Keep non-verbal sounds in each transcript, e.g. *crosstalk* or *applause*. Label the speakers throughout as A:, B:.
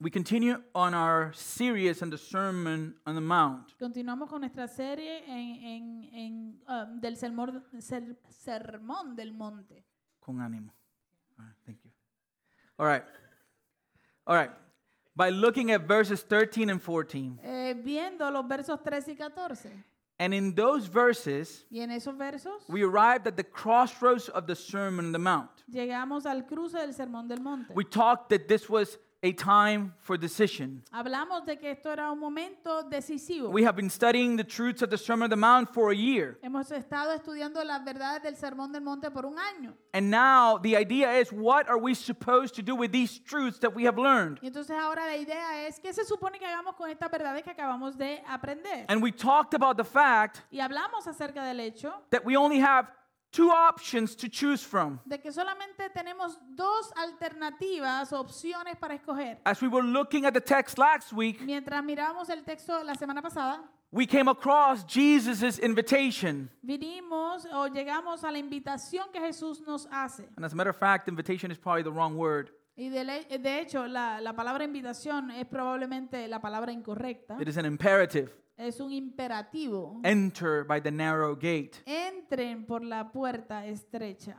A: We continue on our series on the Sermon on the Mount.
B: Continuamos con nuestra serie en, en, en, ah, del sermón, ser- sermón del monte.
A: Con ánimo. All right, thank you. All right. All right. By looking at verses 13 and 14.
B: Eh, viendo los versos 13 y 14.
A: And in those verses,
B: Y en esos versos
A: we arrived at the crossroads of the Sermon on the Mount.
B: llegamos al cruce del sermón del monte.
A: We talked that this was a time for decision.
B: Hablamos de que esto era un momento decisivo.
A: We have been studying the truths of the Sermon on the Mount for a year.
B: Hemos estado estudiando las verdades del sermón del monte por un año.
A: And now the idea is what are we supposed to do with these truths that we have learned?
B: Y entonces ahora la idea es qué se supone que hagamos con estas verdades que acabamos de aprender.
A: And we talked about the fact
B: Y hablamos acerca del hecho
A: that we only have two options to choose from.
B: de que solamente tenemos dos alternativas, opciones para escoger.
A: As we were looking at the text last week,
B: Mientras mirábamos el texto la semana pasada,
A: we came across Jesus' invitation.
B: vinimos o llegamos a la invitación que Jesús nos hace.
A: And as a matter of fact, invitation is probably the wrong word.
B: Y de, le- de hecho, la, la palabra invitación es probablemente la palabra incorrecta.
A: It is an imperative.
B: Es un imperativo.
A: Enter by the narrow gate.
B: Entren por la puerta estrecha.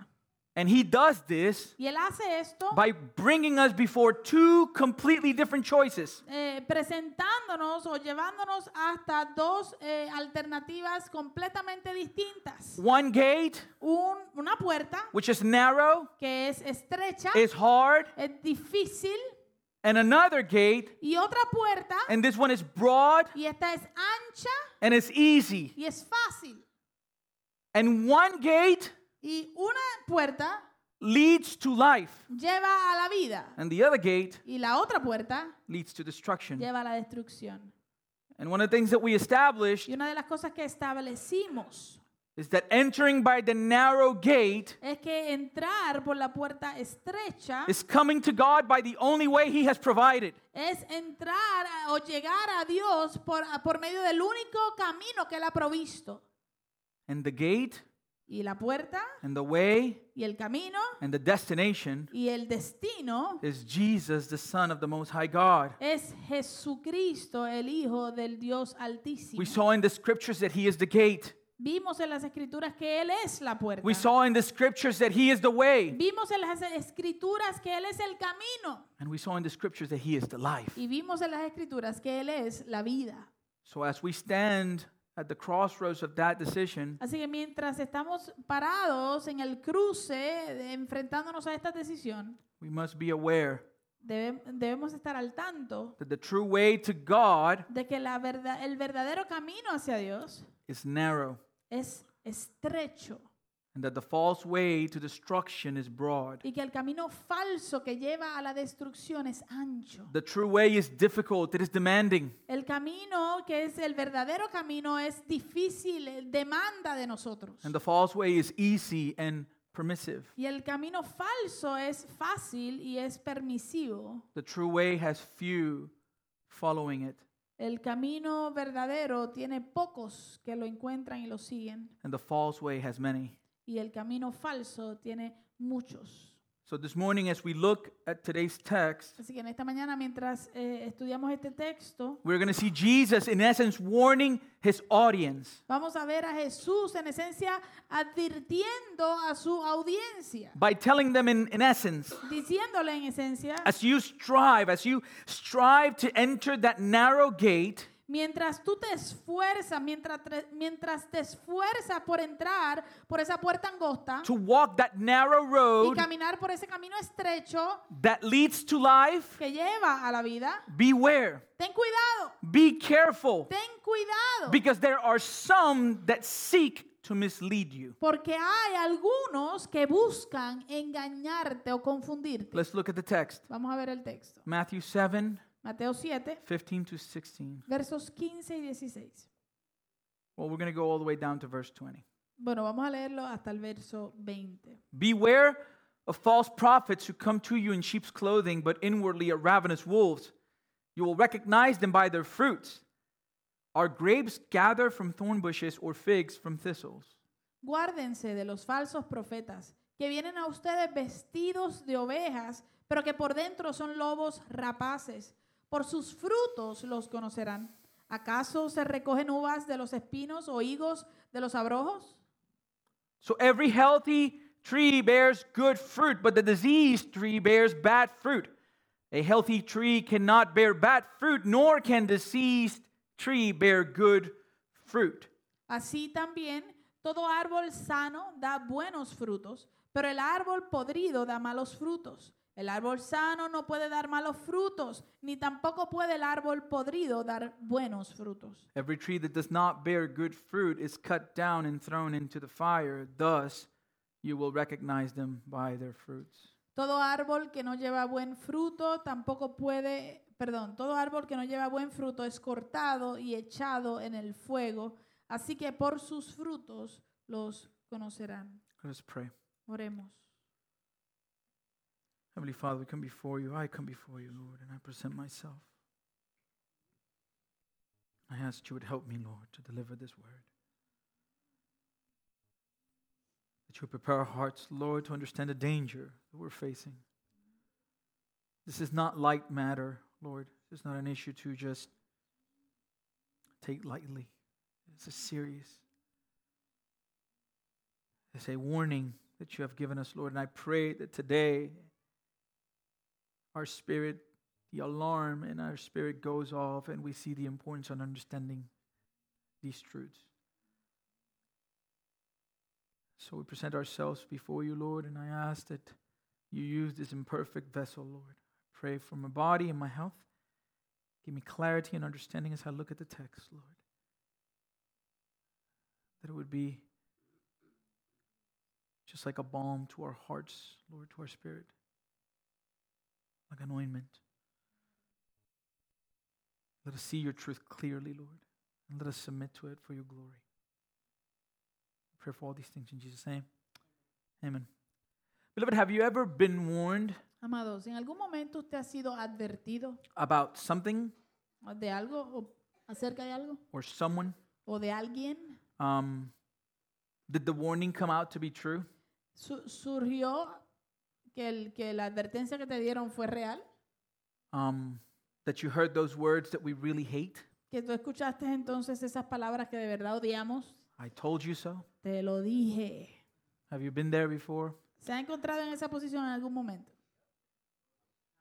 A: And he does this
B: Y él hace esto
A: by bringing us before two completely different choices.
B: eh, presentándonos o llevándonos hasta dos eh, alternativas completamente distintas.
A: One gate,
B: Un- una puerta
A: which is narrow,
B: que es estrecha,
A: is hard,
B: es difícil,
A: and another gate,
B: y otra puerta,
A: and this one is broad
B: y esta es ancha
A: and it's easy.
B: y es fácil.
A: And one gate
B: Y una puerta
A: leads to life,
B: lleva a la vida
A: and the other gate
B: y la otra puerta
A: leads to destruction.
B: lleva a la destrucción.
A: And one of the things that we established
B: Y una de las cosas que establecimos
A: is that entering by the narrow gate
B: es que entrar por la puerta estrecha
A: is coming to God by the only way He has provided.
B: es entrar a- o llegar a Dios por, a- por medio del único camino que Él ha provisto.
A: And the gate,
B: Y la puerta
A: and the way,
B: y el camino
A: and the destination
B: y el destino
A: is Jesus, the Son of the Most High God.
B: es Jesucristo, el Hijo del Dios Altísimo.
A: We saw in the scriptures that He is the gate.
B: Vimos en las escrituras que Él es la puerta.
A: We saw in the scriptures that He is the way.
B: Vimos en las escrituras que Él es el camino.
A: And we saw in the scriptures that He is the life.
B: Y vimos en las escrituras que Él es la vida.
A: So as we stand at the crossroads of that decision,
B: Así que mientras estamos parados en el cruce, de- enfrentándonos a esta decisión,
A: we must be aware
B: debe- debemos estar al tanto
A: that the true way to God
B: de que la verdad, el verdadero camino hacia Dios
A: is narrow
B: es estrecho
A: and that the false way to destruction is broad.
B: y que el camino falso que lleva a la destrucción es ancho.
A: The true way is difficult, it is demanding.
B: El camino que es el verdadero camino es difícil, eh, demanda de nosotros.
A: And the false way is easy and permissive.
B: Y el camino falso es fácil y es permisivo.
A: The true way has few following it,
B: El camino verdadero tiene pocos que lo encuentran y lo siguen.
A: and the false way has many.
B: Y el camino falso tiene muchos.
A: So this morning, as we look at today's text,
B: Así que en esta mañana, mientras eh, estudiamos este texto,
A: we're going to see Jesus, in essence, warning his audience
B: vamos a ver a Jesús en esencia advirtiendo a su audiencia,
A: by telling them, in, in essence,
B: diciéndole en esencia,
A: as you strive, as you strive to enter that narrow gate,
B: mientras tú te esfuerzas, mientras, tre- mientras te esfuerzas por entrar por esa puerta angosta
A: to walk that narrow
B: y
A: road
B: caminar por ese camino estrecho
A: that leads to life,
B: que lleva a la vida,
A: beware,
B: ten cuidado.
A: be careful,
B: Ten cuidado,
A: because there are some that seek to mislead you.
B: porque hay algunos que buscan engañarte o confundirte.
A: Let's look at the text
B: Vamos a ver el texto.
A: Matthew 7
B: Mateo 7,
A: 15 to 16.
B: versos 15 y 16.
A: Well, we're going to go all the way down to verse 20.
B: Bueno, vamos a leerlo hasta el verso 20.
A: Beware of false prophets who come to you in sheep's clothing, but inwardly are ravenous wolves. You will recognize them by their fruits. Are grapes gathered from thorn bushes or figs from thistles?
B: Guárdense de los falsos profetas que vienen a ustedes vestidos de ovejas, pero que por dentro son lobos rapaces. Por sus frutos los conocerán. ¿Acaso se recogen uvas de los espinos o higos de los abrojos?
A: So every healthy tree bears good fruit, but the diseased tree bears bad fruit. A healthy tree cannot bear bad fruit, nor can diseased tree bear good fruit.
B: Así también todo árbol sano da buenos frutos, pero el árbol podrido da malos frutos. El árbol sano no puede dar malos frutos, ni tampoco puede el árbol podrido dar buenos frutos.
A: Every tree that does not bear good fruit is cut down and thrown into the fire. Thus, you will recognize them by their fruits.
B: Todo árbol que no lleva buen fruto tampoco puede, perdón, todo árbol que no lleva buen fruto es cortado y echado en el fuego, así que por sus frutos los conocerán.
A: Let us pray.
B: Oremos.
A: Heavenly Father, we come before you. I come before you, Lord, and I present myself. I ask that you would help me, Lord, to deliver this word. That you would prepare our hearts, Lord, to understand the danger that we're facing. This is not light matter, Lord. It's not an issue to just take lightly. This is serious. It's a warning that you have given us, Lord, and I pray that today our spirit, the alarm in our spirit goes off, and we see the importance on understanding these truths. So we present ourselves before you, Lord, and I ask that you use this imperfect vessel, Lord. I pray for my body and my health. Give me clarity and understanding as I look at the text, Lord. That it would be just like a balm to our hearts, Lord, to our spirit like an ointment. Let us see your truth clearly, Lord, and let us submit to it for your glory. I pray for all these things in Jesus' name. Amen. Beloved, have you ever been warned
B: Amados, ¿en algún momento usted ha sido advertido
A: about something
B: de algo o acerca de algo
A: or someone?
B: o de alguien?
A: Um, did the warning come out to be true?
B: Su- ¿Surgió que, el, que la advertencia que te dieron fue real?
A: Um, that you heard those words that we really hate?
B: ¿Que tú escuchaste entonces esas palabras que de verdad odiamos?
A: I told you so.
B: Te lo dije.
A: Have you been there before?
B: ¿Se ha encontrado en esa posición en algún momento?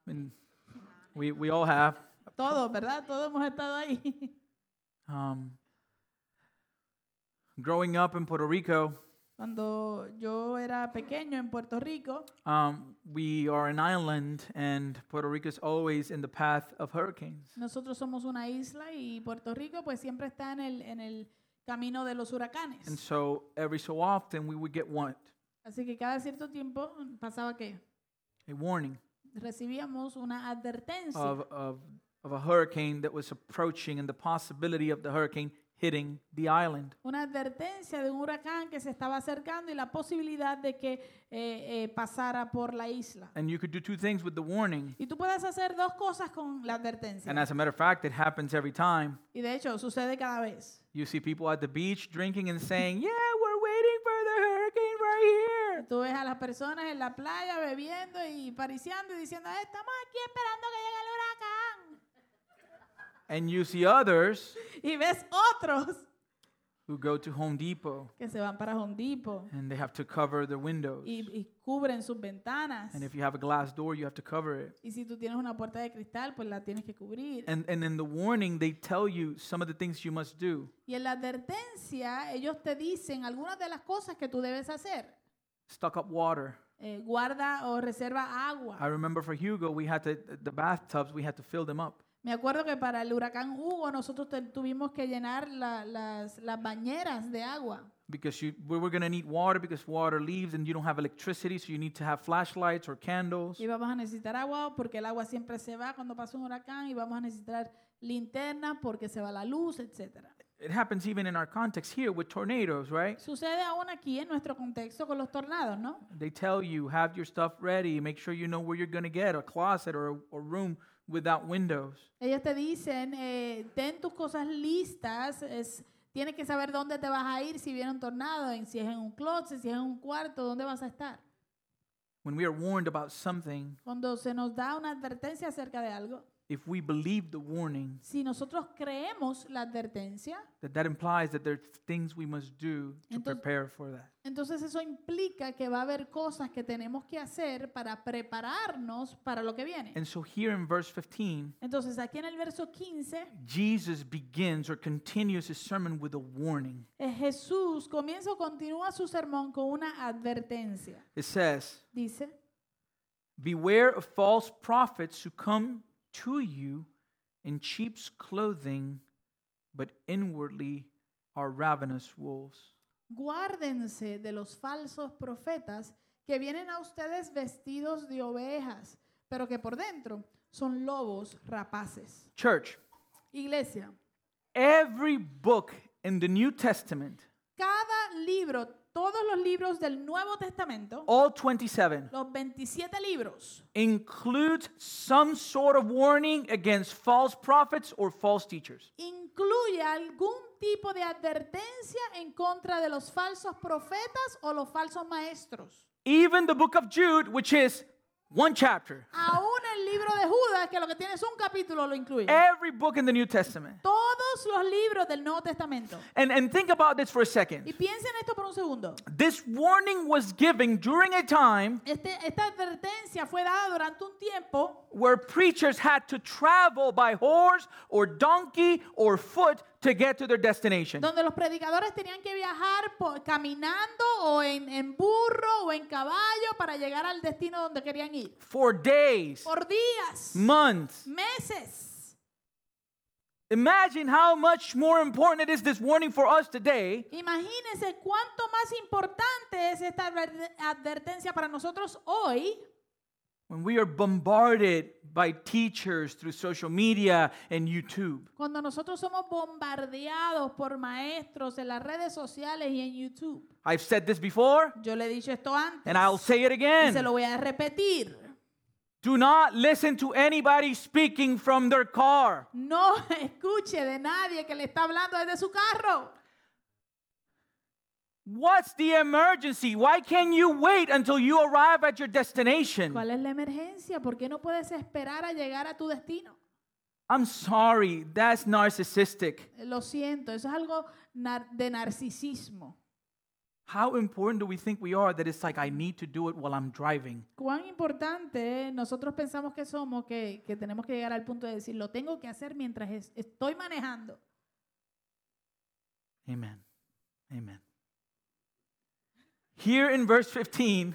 A: I mean, we, we all have.
B: Todos, ¿verdad? Todos hemos estado ahí. *laughs*
A: Um, growing up in Puerto Rico,
B: Cuando yo era pequeño en Puerto Rico,
A: um, we are an island, and Puerto Rico is always in the path of hurricanes.
B: nosotros somos una isla y Puerto Rico pues siempre está en el, en el camino de los
A: And
B: huracanes.
A: so every so often we would get one,
B: Así que cada cierto tiempo pasaba que
A: a warning
B: recibíamos una advertencia
A: of, of, of a hurricane that was approaching and the possibility of the hurricane hitting the island.
B: una advertencia de un huracán que se estaba acercando y la posibilidad de que eh, eh, pasara por la isla.
A: And you could do two things with the warning.
B: Y tú puedes hacer dos cosas con la advertencia.
A: And as a matter of fact, it happens every time.
B: Y de hecho, sucede cada vez.
A: You see people at the beach drinking and saying, Yeah, we're waiting for the hurricane right here.
B: Tú ves a las personas en la playa bebiendo y pariciando y diciendo, "Eh, estamos aquí esperando que llegue el huracán.
A: And you see others
B: Y ves otros
A: who go to Home Depot
B: que se van para Hondipo
A: and they have to cover their windows.
B: y, y cubren sus ventanas.
A: And if you have a glass door, you have to cover it.
B: Y si tú tienes una puerta de cristal, pues la tienes que cubrir.
A: And, and in the warning, they tell you some of the things you must do.
B: Y en la advertencia, ellos te dicen algunas de las cosas que tú debes hacer.
A: Stock up water.
B: Eh, guarda o reserva
A: I
B: agua.
A: remember for Hugo, we had to, the bathtubs, we had to fill them up.
B: Me acuerdo que para el huracán Hugo nosotros te- tuvimos que llenar la- las, las bañeras de agua.
A: Because you, we were going to need water because water leaves and you don't have electricity, so you need to have flashlights or candles.
B: Y vamos a necesitar agua porque el agua siempre se va cuando pasa un huracán y vamos a necesitar linternas porque se va la luz, etcétera.
A: It happens even in our context here with tornadoes, right?
B: Sucede aún aquí en nuestro contexto con los tornados, ¿no?
A: They tell you, have your stuff ready, make sure you know where you're going to get a closet or a, a room without windows.
B: Ellos te dicen, eh, ten tus cosas listas, es- tienes que saber dónde te vas a ir si viene un tornado, en, si es en un closet, si es en un cuarto, dónde vas a estar.
A: When we are warned about something,
B: Cuando se nos da una advertencia acerca de algo,
A: if we believe the warning,
B: Si nosotros creemos la advertencia,
A: that that implies that there are things we must do to
B: Entonces-
A: prepare for that.
B: entonces eso implica que va a haber cosas que tenemos que hacer para prepararnos para lo que viene.
A: And so here in verse 15,
B: Entonces aquí en el verso 15,
A: Jesus begins or continues his sermon with a warning.
B: eh, Jesús comienza o continúa su sermón con una advertencia.
A: It says,
B: Dice,
A: Beware of false prophets who come to you in sheep's clothing, but inwardly are ravenous wolves.
B: Guárdense de los falsos profetas que vienen a ustedes vestidos de ovejas, pero que por dentro son lobos rapaces.
A: Church,
B: Iglesia,
A: every book in the New Testament,
B: cada libro, todos los libros del Nuevo Testamento,
A: all 27,
B: los 27 libros,
A: includes some sort of warning against false prophets or false teachers.
B: incluye algún tipo de advertencia en contra de los falsos profetas o los falsos maestros.
A: Even the book of Jude, which is one chapter,
B: Aún el libro de Judas, que lo que tiene es un capítulo, lo incluye.
A: every book in the New Testament.
B: Todos los libros del Nuevo Testamento.
A: And, and think about this for a second.
B: Y piensen esto por un segundo.
A: This warning was given during a time
B: Este- esta advertencia fue dada durante un tiempo
A: where preachers had to travel by horse or donkey or foot to get to their destination.
B: donde los predicadores tenían que viajar por- caminando o en, en burro o en caballo para llegar al destino donde querían ir.
A: For days,
B: Por días,
A: Mm. months.
B: meses.
A: Imagine how much more important it is this warning for us today
B: Imagínense cuánto más importante es esta adver- advertencia para nosotros hoy,
A: when we are bombarded by teachers through social media and YouTube.
B: cuando nosotros somos bombardeados por maestros en las redes sociales y en YouTube.
A: I've said this before
B: Yo le he dicho esto antes
A: and I'll say it
B: y se
A: again.
B: lo voy a repetir.
A: Do not listen to anybody speaking from their car.
B: No *laughs* escuche de nadie que le está hablando desde su carro.
A: What's the emergency? Why can't you wait until you arrive at your destination?
B: ¿Cuál es la emergencia? ¿Por qué no puedes esperar a llegar a tu destino?
A: I'm sorry, that's narcissistic.
B: Lo siento, eso es algo nar- de narcisismo.
A: How important do we think we are that it's like I need to do it while I'm driving?
B: Cuán importante nosotros pensamos que somos que, que tenemos que llegar al punto de decir, lo tengo que hacer mientras es- estoy manejando.
A: Amen. Amen. Here in verse 15,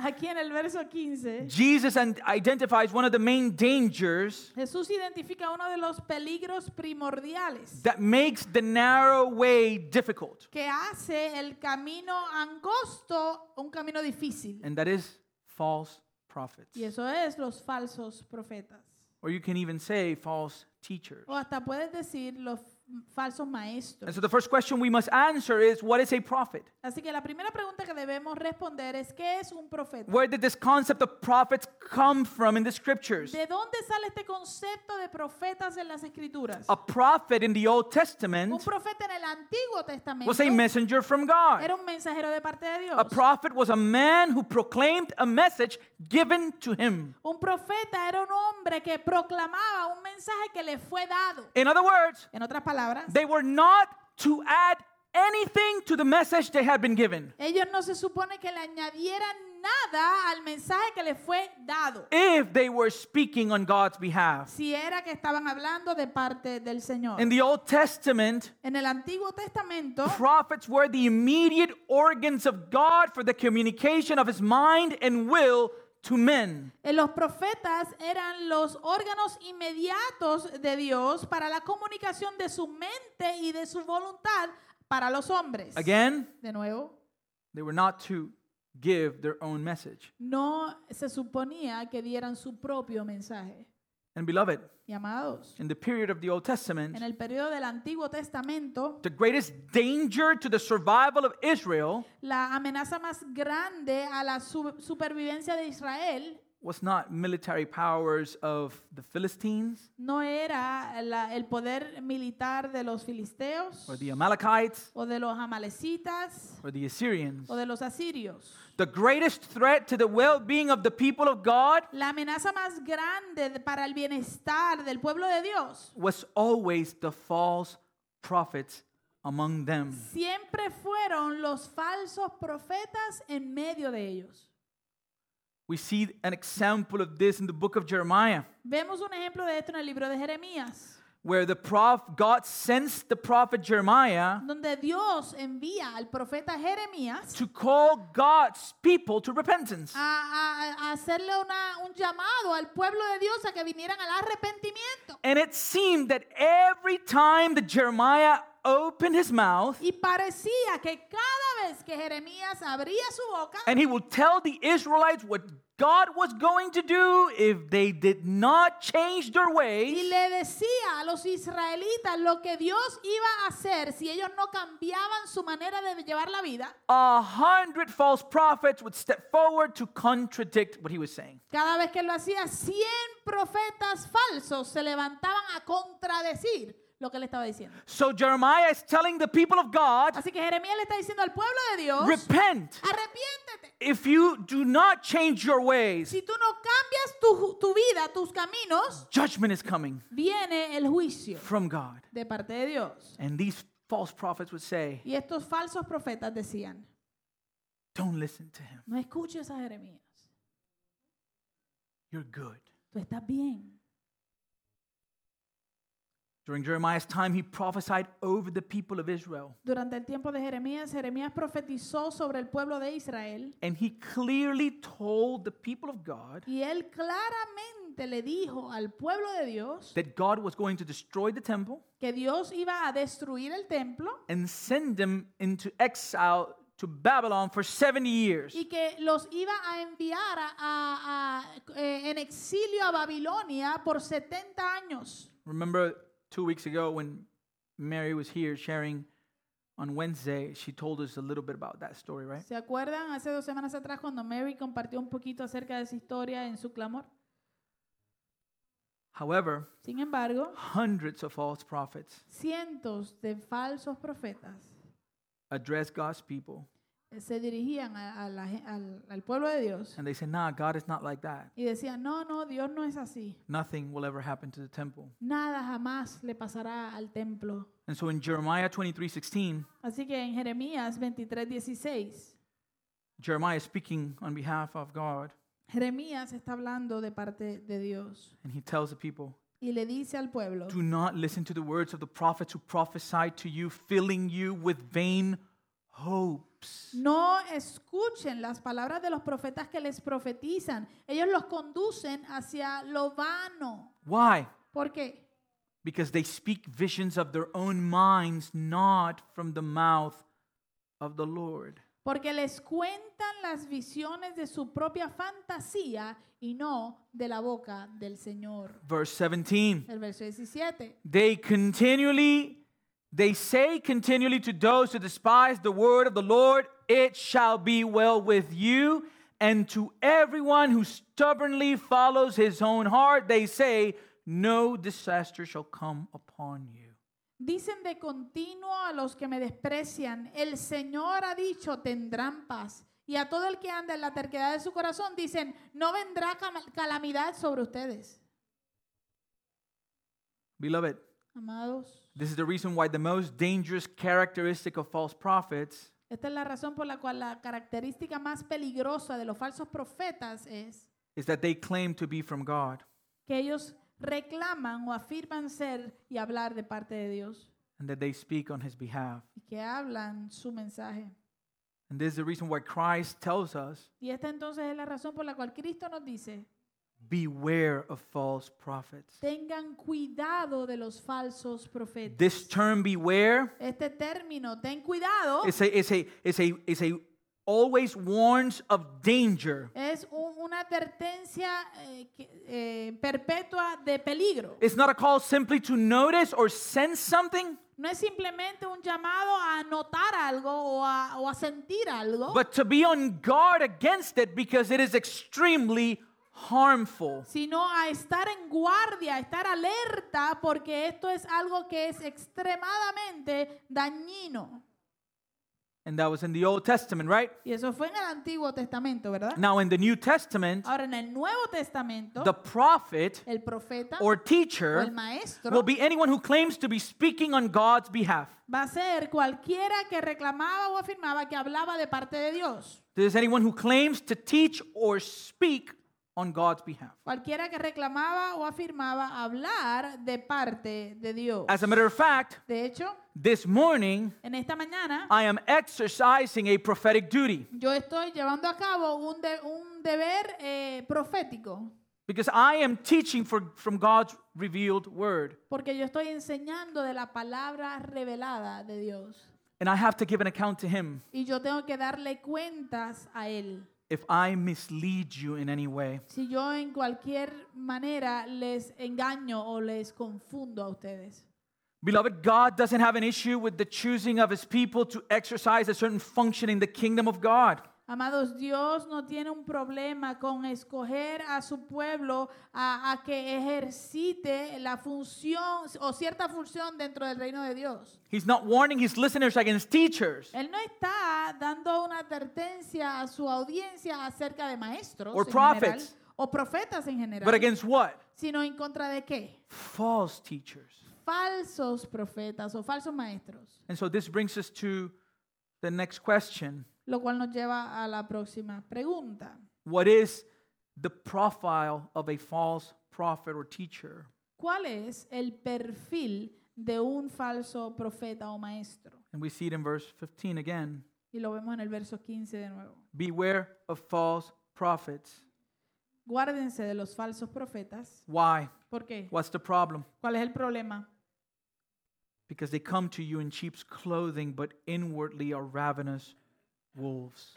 B: Aquí en el verso 15,
A: Jesus and- identifies one of the main dangers
B: Jesús identifica uno de los peligros primordiales
A: that makes the narrow way difficult,
B: que hace el camino angosto un camino difícil.
A: and that is false prophets.
B: Y eso es los falsos profetas.
A: Or you can even say false teachers.
B: O hasta puedes decir los m- falsos
A: And
B: maestros.
A: so the first question we must answer is what is a prophet?
B: Así que la primera pregunta que debemos responder es, ¿qué es un profeta?
A: Where did this concept of prophets come from in the scriptures?
B: ¿De dónde sale este concepto de profetas en las escrituras?
A: A prophet in the Old
B: Un
A: Testament
B: profeta en el Antiguo Testamento
A: was a messenger from God.
B: era un mensajero de parte de Dios.
A: A prophet was a man who proclaimed a message given to him.
B: Un profeta era un hombre que proclamaba un mensaje que le fue dado.
A: In other words,
B: En otras palabras,
A: they were not to add anything to the message they had been given.
B: ellos no se supone que le añadieran nada al mensaje que le fue dado.
A: If they were speaking on God's behalf.
B: si era que estaban hablando de parte del Señor.
A: In the Old Testament,
B: En el Antiguo Testamento,
A: prophets were the immediate organs of God for the communication of his mind and will to men.
B: eh, los profetas eran los órganos inmediatos de Dios para la comunicación de su mente y de su voluntad para los hombres.
A: Again,
B: De nuevo,
A: they were not to give their own message.
B: no se suponía que dieran su propio mensaje.
A: And beloved,
B: Y amados,
A: in the period of the Old
B: en
A: Testament,
B: el periodo del Antiguo Testamento,
A: the greatest danger to the survival of Israel
B: la amenaza más grande a la su- supervivencia de Israel
A: was not military powers of the Philistines
B: no era la- el poder militar de los filisteos
A: or the Amalekites
B: o de los amalecitas
A: or the Assyrians.
B: o de los asirios.
A: The greatest threat to the well being of the people of God
B: La amenaza más grande de- para el bienestar del pueblo de Dios
A: was always the false prophets among them.
B: siempre fueron los falsos profetas en medio de ellos.
A: We see an example of this in the book of Jeremiah,
B: Vemos un ejemplo de esto en el libro de Jeremías,
A: where the prof, God sends the prophet Jeremiah
B: donde Dios envía al profeta Jeremías
A: to call God's people to repentance.
B: a, a- a hacerle una- un llamado al pueblo de Dios a que vinieran al arrepentimiento.
A: And it seemed that every time that Jeremiah opened his mouth
B: Y parecía que cada vez que Jeremías abría su boca,
A: and he would tell the Israelites what God was going to do if they did not change their
B: y
A: ways,
B: le decía a los israelitas lo que Dios iba a hacer si ellos no cambiaban su manera de llevar la vida.
A: a hundred false prophets would step forward to contradict what he was saying.
B: Cada vez que lo hacía, 100 profetas falsos se levantaban a contradecir lo que él estaba diciendo.
A: So Jeremiah is telling the people of God,
B: Así que Jeremías le está diciendo al pueblo de Dios,
A: repent.
B: arrepiéntete.
A: If you do not change your ways,
B: Si tú no cambias tu, tu vida, tus caminos,
A: judgment is coming
B: viene el juicio
A: from God.
B: de parte de Dios.
A: And these false prophets would say,
B: Y estos falsos profetas decían,
A: don't listen to him.
B: no escuches a Jeremías,
A: You're good.
B: tú estás bien.
A: During Jeremiah's time, he prophesied over the people of Israel.
B: Durante el tiempo de Jeremías, Jeremías profetizó sobre el pueblo de Israel
A: And he clearly told the people of God
B: y él claramente le dijo al pueblo de Dios
A: that God was going to destroy the temple
B: que Dios iba a destruir el templo
A: and send them into exile to Babylon for 70 years.
B: y que los iba a enviar a- a- a, eh, en exilio a Babilonia por 70 años.
A: Remember two weeks ago when Mary was here sharing on Wednesday, she told us a little bit about that story, right?
B: ¿Se acuerdan hace dos semanas atrás cuando Mary compartió un poquito acerca de esa historia en su clamor?
A: However,
B: Sin embargo,
A: hundreds of false prophets
B: cientos de falsos profetas
A: addressed God's people
B: eh, se dirigían a- a la gen- al, al pueblo de Dios
A: and they said, nah, God is not like that.
B: y decían, no, no, Dios no es así.
A: Nothing will ever happen to the temple.
B: Nada jamás le pasará al templo.
A: And so in Jeremiah 23 16,
B: Así que en Jeremías 23, 16.
A: Jeremiah is speaking on behalf of God
B: Jeremías está hablando de parte de Dios
A: and he tells the people,
B: y le dice al pueblo,
A: Do not listen to the words of the prophets who prophesied to you, filling you with vain hopes.
B: no escuchen las palabras de los profetas que les profetizan. Ellos los conducen hacia lo vano.
A: Why?
B: ¿Por qué?
A: Because they speak visions of their own minds, not from the mouth of the Lord.
B: Porque les cuentan las visiones de su propia fantasía y no de la boca del Señor.
A: Verse 17.
B: El verso 17.
A: They continually, they say continually to those who despise the word of the Lord, it shall be well with you. And to everyone who stubbornly follows his own heart, they say, no disaster shall come upon you.
B: Dicen de continuo a los que me desprecian, el Señor ha dicho, tendrán paz. Y a todo el que anda en la terquedad de su corazón, dicen, no vendrá cam- calamidad sobre ustedes.
A: Beloved,
B: Amados,
A: this is the reason why the most dangerous characteristic of false prophets
B: esta es la razón por la cual la característica más peligrosa de los falsos profetas es
A: is that they claim to be from God
B: que ellos reclaman o afirman ser y hablar de parte de Dios
A: and that they speak on his behalf.
B: y que hablan su mensaje.
A: And this is the reason why Christ tells us
B: Y esta entonces es la razón por la cual Cristo nos dice,
A: beware of false prophets.
B: tengan cuidado de los falsos profetas.
A: This term beware
B: Este término, ten cuidado,
A: is a, is a, is a, is a always warns of danger.
B: es un- una advertencia eh, que- eh, perpetua de peligro.
A: It's not a call simply to notice or sense something,
B: No es simplemente un llamado a notar algo o a, o a sentir algo,
A: but to be on guard against it because it is extremely harmful.
B: sino a estar en guardia, a estar alerta, porque esto es algo que es extremadamente dañino.
A: And that was in the Old Testament, right?
B: Y eso fue en el Antiguo Testamento, ¿verdad?
A: Now, in the New Testament,
B: Ahora en el Nuevo Testamento,
A: the prophet
B: el profeta
A: or
B: o el
A: teacher
B: maestro
A: will be anyone who claims to be speaking on God's behalf.
B: va a ser cualquiera que reclamaba o afirmaba que hablaba de parte de Dios.
A: There's anyone who claims to teach or speak on God's behalf.
B: Cualquiera que reclamaba o afirmaba hablar de parte de Dios.
A: As a matter of fact,
B: De hecho,
A: this morning
B: en esta mañana
A: I am exercising a prophetic duty
B: yo estoy llevando a cabo un, de- un deber eh, profético,
A: because I am teaching for, from God's revealed word.
B: porque yo estoy enseñando de la palabra revelada de Dios.
A: And I have to give an account to Him
B: Y yo tengo que darle cuentas a Él.
A: if I mislead you in any way.
B: Si yo en cualquier manera les engaño o les confundo a ustedes.
A: Beloved, God doesn't have an issue with the choosing of His people to exercise a certain function in the kingdom of God.
B: Amados, Dios no tiene un problema con escoger a su pueblo a, a que ejercite la función o cierta función dentro del reino de Dios.
A: He's not warning His listeners against teachers
B: Él no está dando una advertencia a su audiencia acerca de maestros
A: Or
B: en general,
A: prophets.
B: o profetas en
A: but
B: general,
A: against what?
B: sino en contra de qué?
A: False teachers.
B: Falsos profetas o falsos maestros.
A: And so this brings us to the next question
B: Lo cual nos lleva a la próxima pregunta.
A: What is the profile of a false prophet or teacher?
B: ¿Cuál es el perfil de un falso profeta o maestro?
A: And we see it in verse 15 again.
B: Y lo vemos en el verso 15 de nuevo.
A: Beware of false prophets.
B: Guárdense de los falsos profetas.
A: Why?
B: ¿Por qué?
A: What's the problem?
B: ¿Cuál es el problema?
A: Because they come to you in sheep's clothing, but inwardly are ravenous wolves.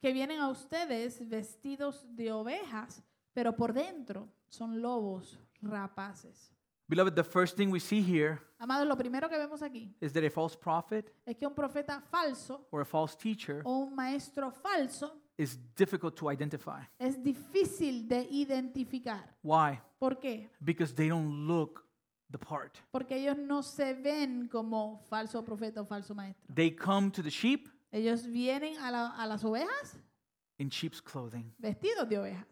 B: Que vienen a ustedes vestidos de ovejas, pero por dentro son lobos rapaces.
A: Beloved, the first thing we see here
B: Amados, lo primero que vemos aquí
A: is that a false prophet
B: es que un profeta falso
A: or a false teacher
B: o un maestro falso
A: is difficult to identify.
B: es difícil de identificar.
A: Why?
B: ¿Por qué?
A: Because they don't look the part.
B: Porque ellos no se ven como falso profeta o falso maestro.
A: They come to the sheep
B: Ellos vienen a, la- a las ovejas
A: in sheep's clothing.
B: vestidos de ovejas.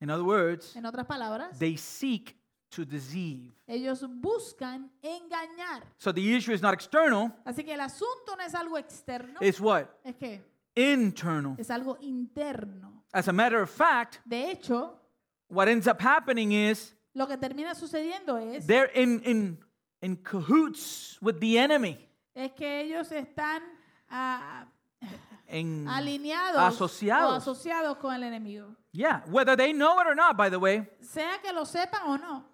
A: In other words,
B: En otras palabras,
A: they seek to deceive.
B: ellos buscan engañar.
A: So the issue is not external,
B: Así que el asunto no es algo externo,
A: it's what?
B: es que
A: Internal.
B: es algo interno.
A: As a matter of fact,
B: De hecho,
A: what ends up happening is
B: lo que termina sucediendo es,
A: they're in, in, in cahoots with the enemy.
B: es que ellos están ah,
A: En-
B: alineados
A: Mm, Asociados.
B: o asociados con el enemigo.
A: yeah, whether they know it or not, by the way,
B: Sea que lo sepan o no,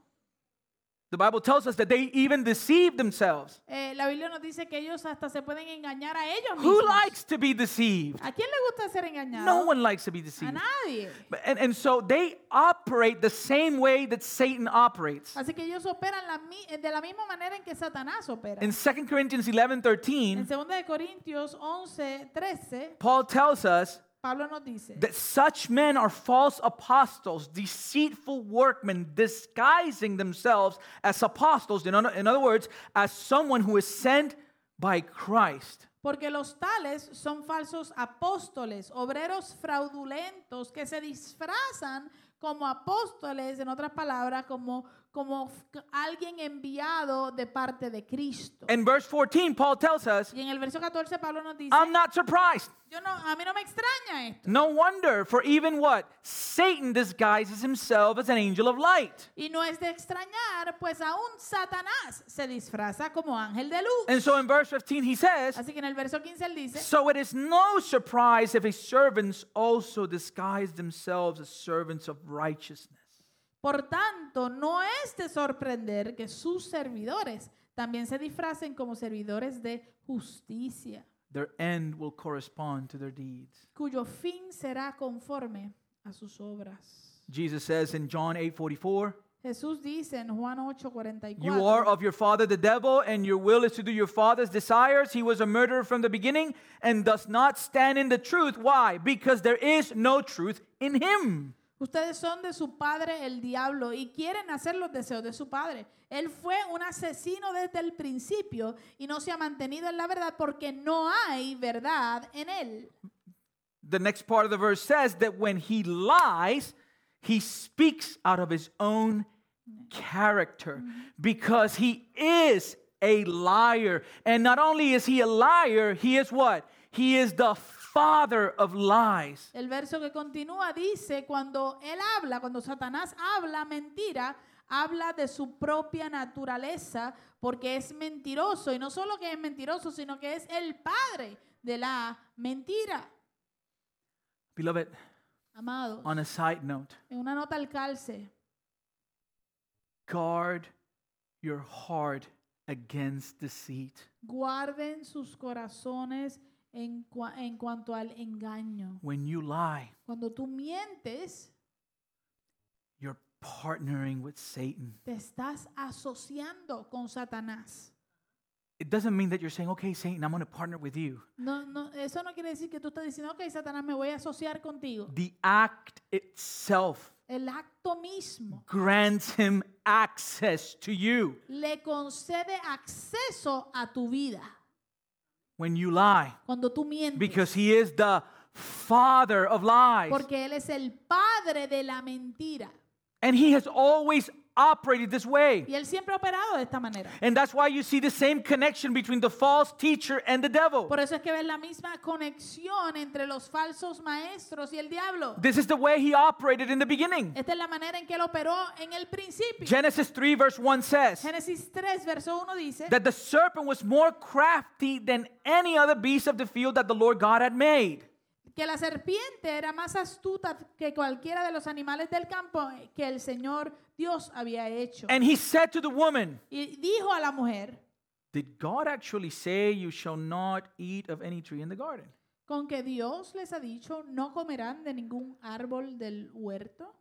A: the Bible tells us that they even deceive themselves.
B: eh, la Biblia nos dice que ellos hasta se pueden engañar a ellos
A: Who
B: mismos.
A: likes to be deceived?
B: ¿A quién le gusta ser engañado?
A: No one likes to be
B: a
A: deceived.
B: nadie.
A: But- And, and so they operate the same way that Satan operates.
B: Así que ellos operan la mi- de la misma manera en que Satanás opera.
A: In 2 Corinthians 11
B: En
A: 13,
B: 2 de Corintios 11, 13,
A: Paul tells us
B: Pablo nos dice
A: that such men are false apostles, deceitful workmen, disguising themselves as apostles. In other, in other words, as someone who is sent by Christ.
B: porque los tales son falsos apóstoles, obreros fraudulentos que se disfrazan como apóstoles, en otras palabras, como, como f- alguien enviado de parte de Cristo.
A: In verse 14, Paul tells us,
B: Y en el verso 14 Pablo nos dice,
A: I'm not surprised.
B: yo no, a mí no me extraña esto.
A: No wonder, for even what? Satan disguises himself as an angel of light.
B: Y no es de extrañar, pues aún Satanás se disfraza como ángel de luz.
A: And so in verse 15, he says,
B: Así que en el verso 15 él dice,
A: So it is no surprise if his servants also disguise themselves as servants of righteousness.
B: Por tanto, no es de sorprender que sus servidores también se disfracen como servidores de justicia,
A: Their end will correspond to their deeds.
B: cuyo fin será conforme a sus obras.
A: Jesus says in John 8:44,
B: Jesús dice en Juan
A: "You are
B: 8:44,
A: of your father the devil, and your will is to do your father's desires. He was a murderer from the beginning and does not stand in the truth. Why? Because there is no truth in him."
B: Ustedes son de su padre el diablo y quieren hacer los deseos de su padre. Él fue un asesino desde el principio y no se ha mantenido en la verdad porque no hay verdad en él.
A: The next part of the verse says that when he lies, he speaks out of his own character because he is a liar. And not only is he a liar, he is what? He is the father of lies.
B: El verso que continúa dice, cuando él habla, cuando Satanás habla mentira, habla de su propia naturaleza porque es mentiroso. Y no solo que es mentiroso, sino que es el padre de la mentira.
A: Beloved,
B: Amados,
A: on a side note,
B: en una nota al calce,
A: guard your heart against deceit.
B: guarden sus corazones en, cua- en cuanto al engaño.
A: When you lie,
B: Cuando tú mientes,
A: you're partnering with Satan.
B: te estás asociando con Satanás.
A: It doesn't mean that you're saying, okay, Satan, I'm going to partner with you.
B: No, no, eso no quiere decir que tú estás diciendo, ok, Satanás, me voy a asociar contigo.
A: The act itself
B: El acto mismo
A: grants him access to you.
B: le concede acceso a tu vida
A: when you lie
B: cuando tú mientes.
A: because he is the father of lies
B: porque él es el padre de la mentira.
A: and he has always operated this way
B: Y él siempre ha operado de esta manera.
A: and that's why you see the same connection between the false teacher and the devil
B: Por eso es que ves la misma conexión entre los falsos maestros y el diablo.
A: this is the way he operated in the beginning
B: Esta es la manera en que él operó en el principio.
A: genesis 3 verse 1 says
B: Génesis 3, verso 1 dice,
A: that the serpent was more crafty than any other beast of the field that the lord god had made
B: que la serpiente era más astuta que cualquiera de los animales del campo que el Señor Dios había hecho.
A: and he said to the woman
B: Y dijo a la mujer,
A: did god actually say you shall not eat of any tree in the garden
B: con que Dios les ha dicho, no comerán de ningún árbol del huerto.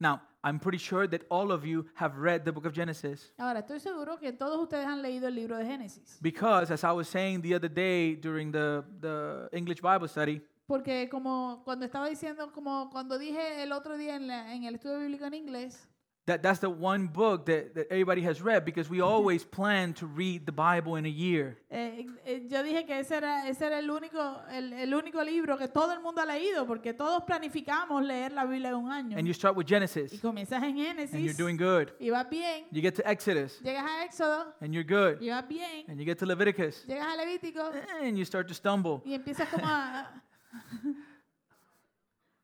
A: now i'm pretty sure that all of you have read the book of genesis
B: Ahora, estoy seguro que todos ustedes han leído el libro de Génesis.
A: Because, as I was saying the other day during the, the English Bible study,
B: Porque como cuando estaba diciendo, como cuando dije el otro día en, la- en el estudio bíblico en inglés,
A: that, that's the one book that, that everybody has read because we always plan to read the Bible in a year.
B: eh, eh, yo dije que ese era, ese era el, único, el, el único libro que todo el mundo ha leído, porque todos planificamos leer la Biblia en un año.
A: And you start with Genesis
B: Y comienzas en
A: and you're
B: Génesis
A: doing good.
B: y vas bien,
A: You get to Exodus
B: llegas a Éxodo
A: and you're good.
B: y vas bien,
A: And you get to Leviticus
B: llegas a Levítico
A: and you start to stumble.
B: y empiezas como a...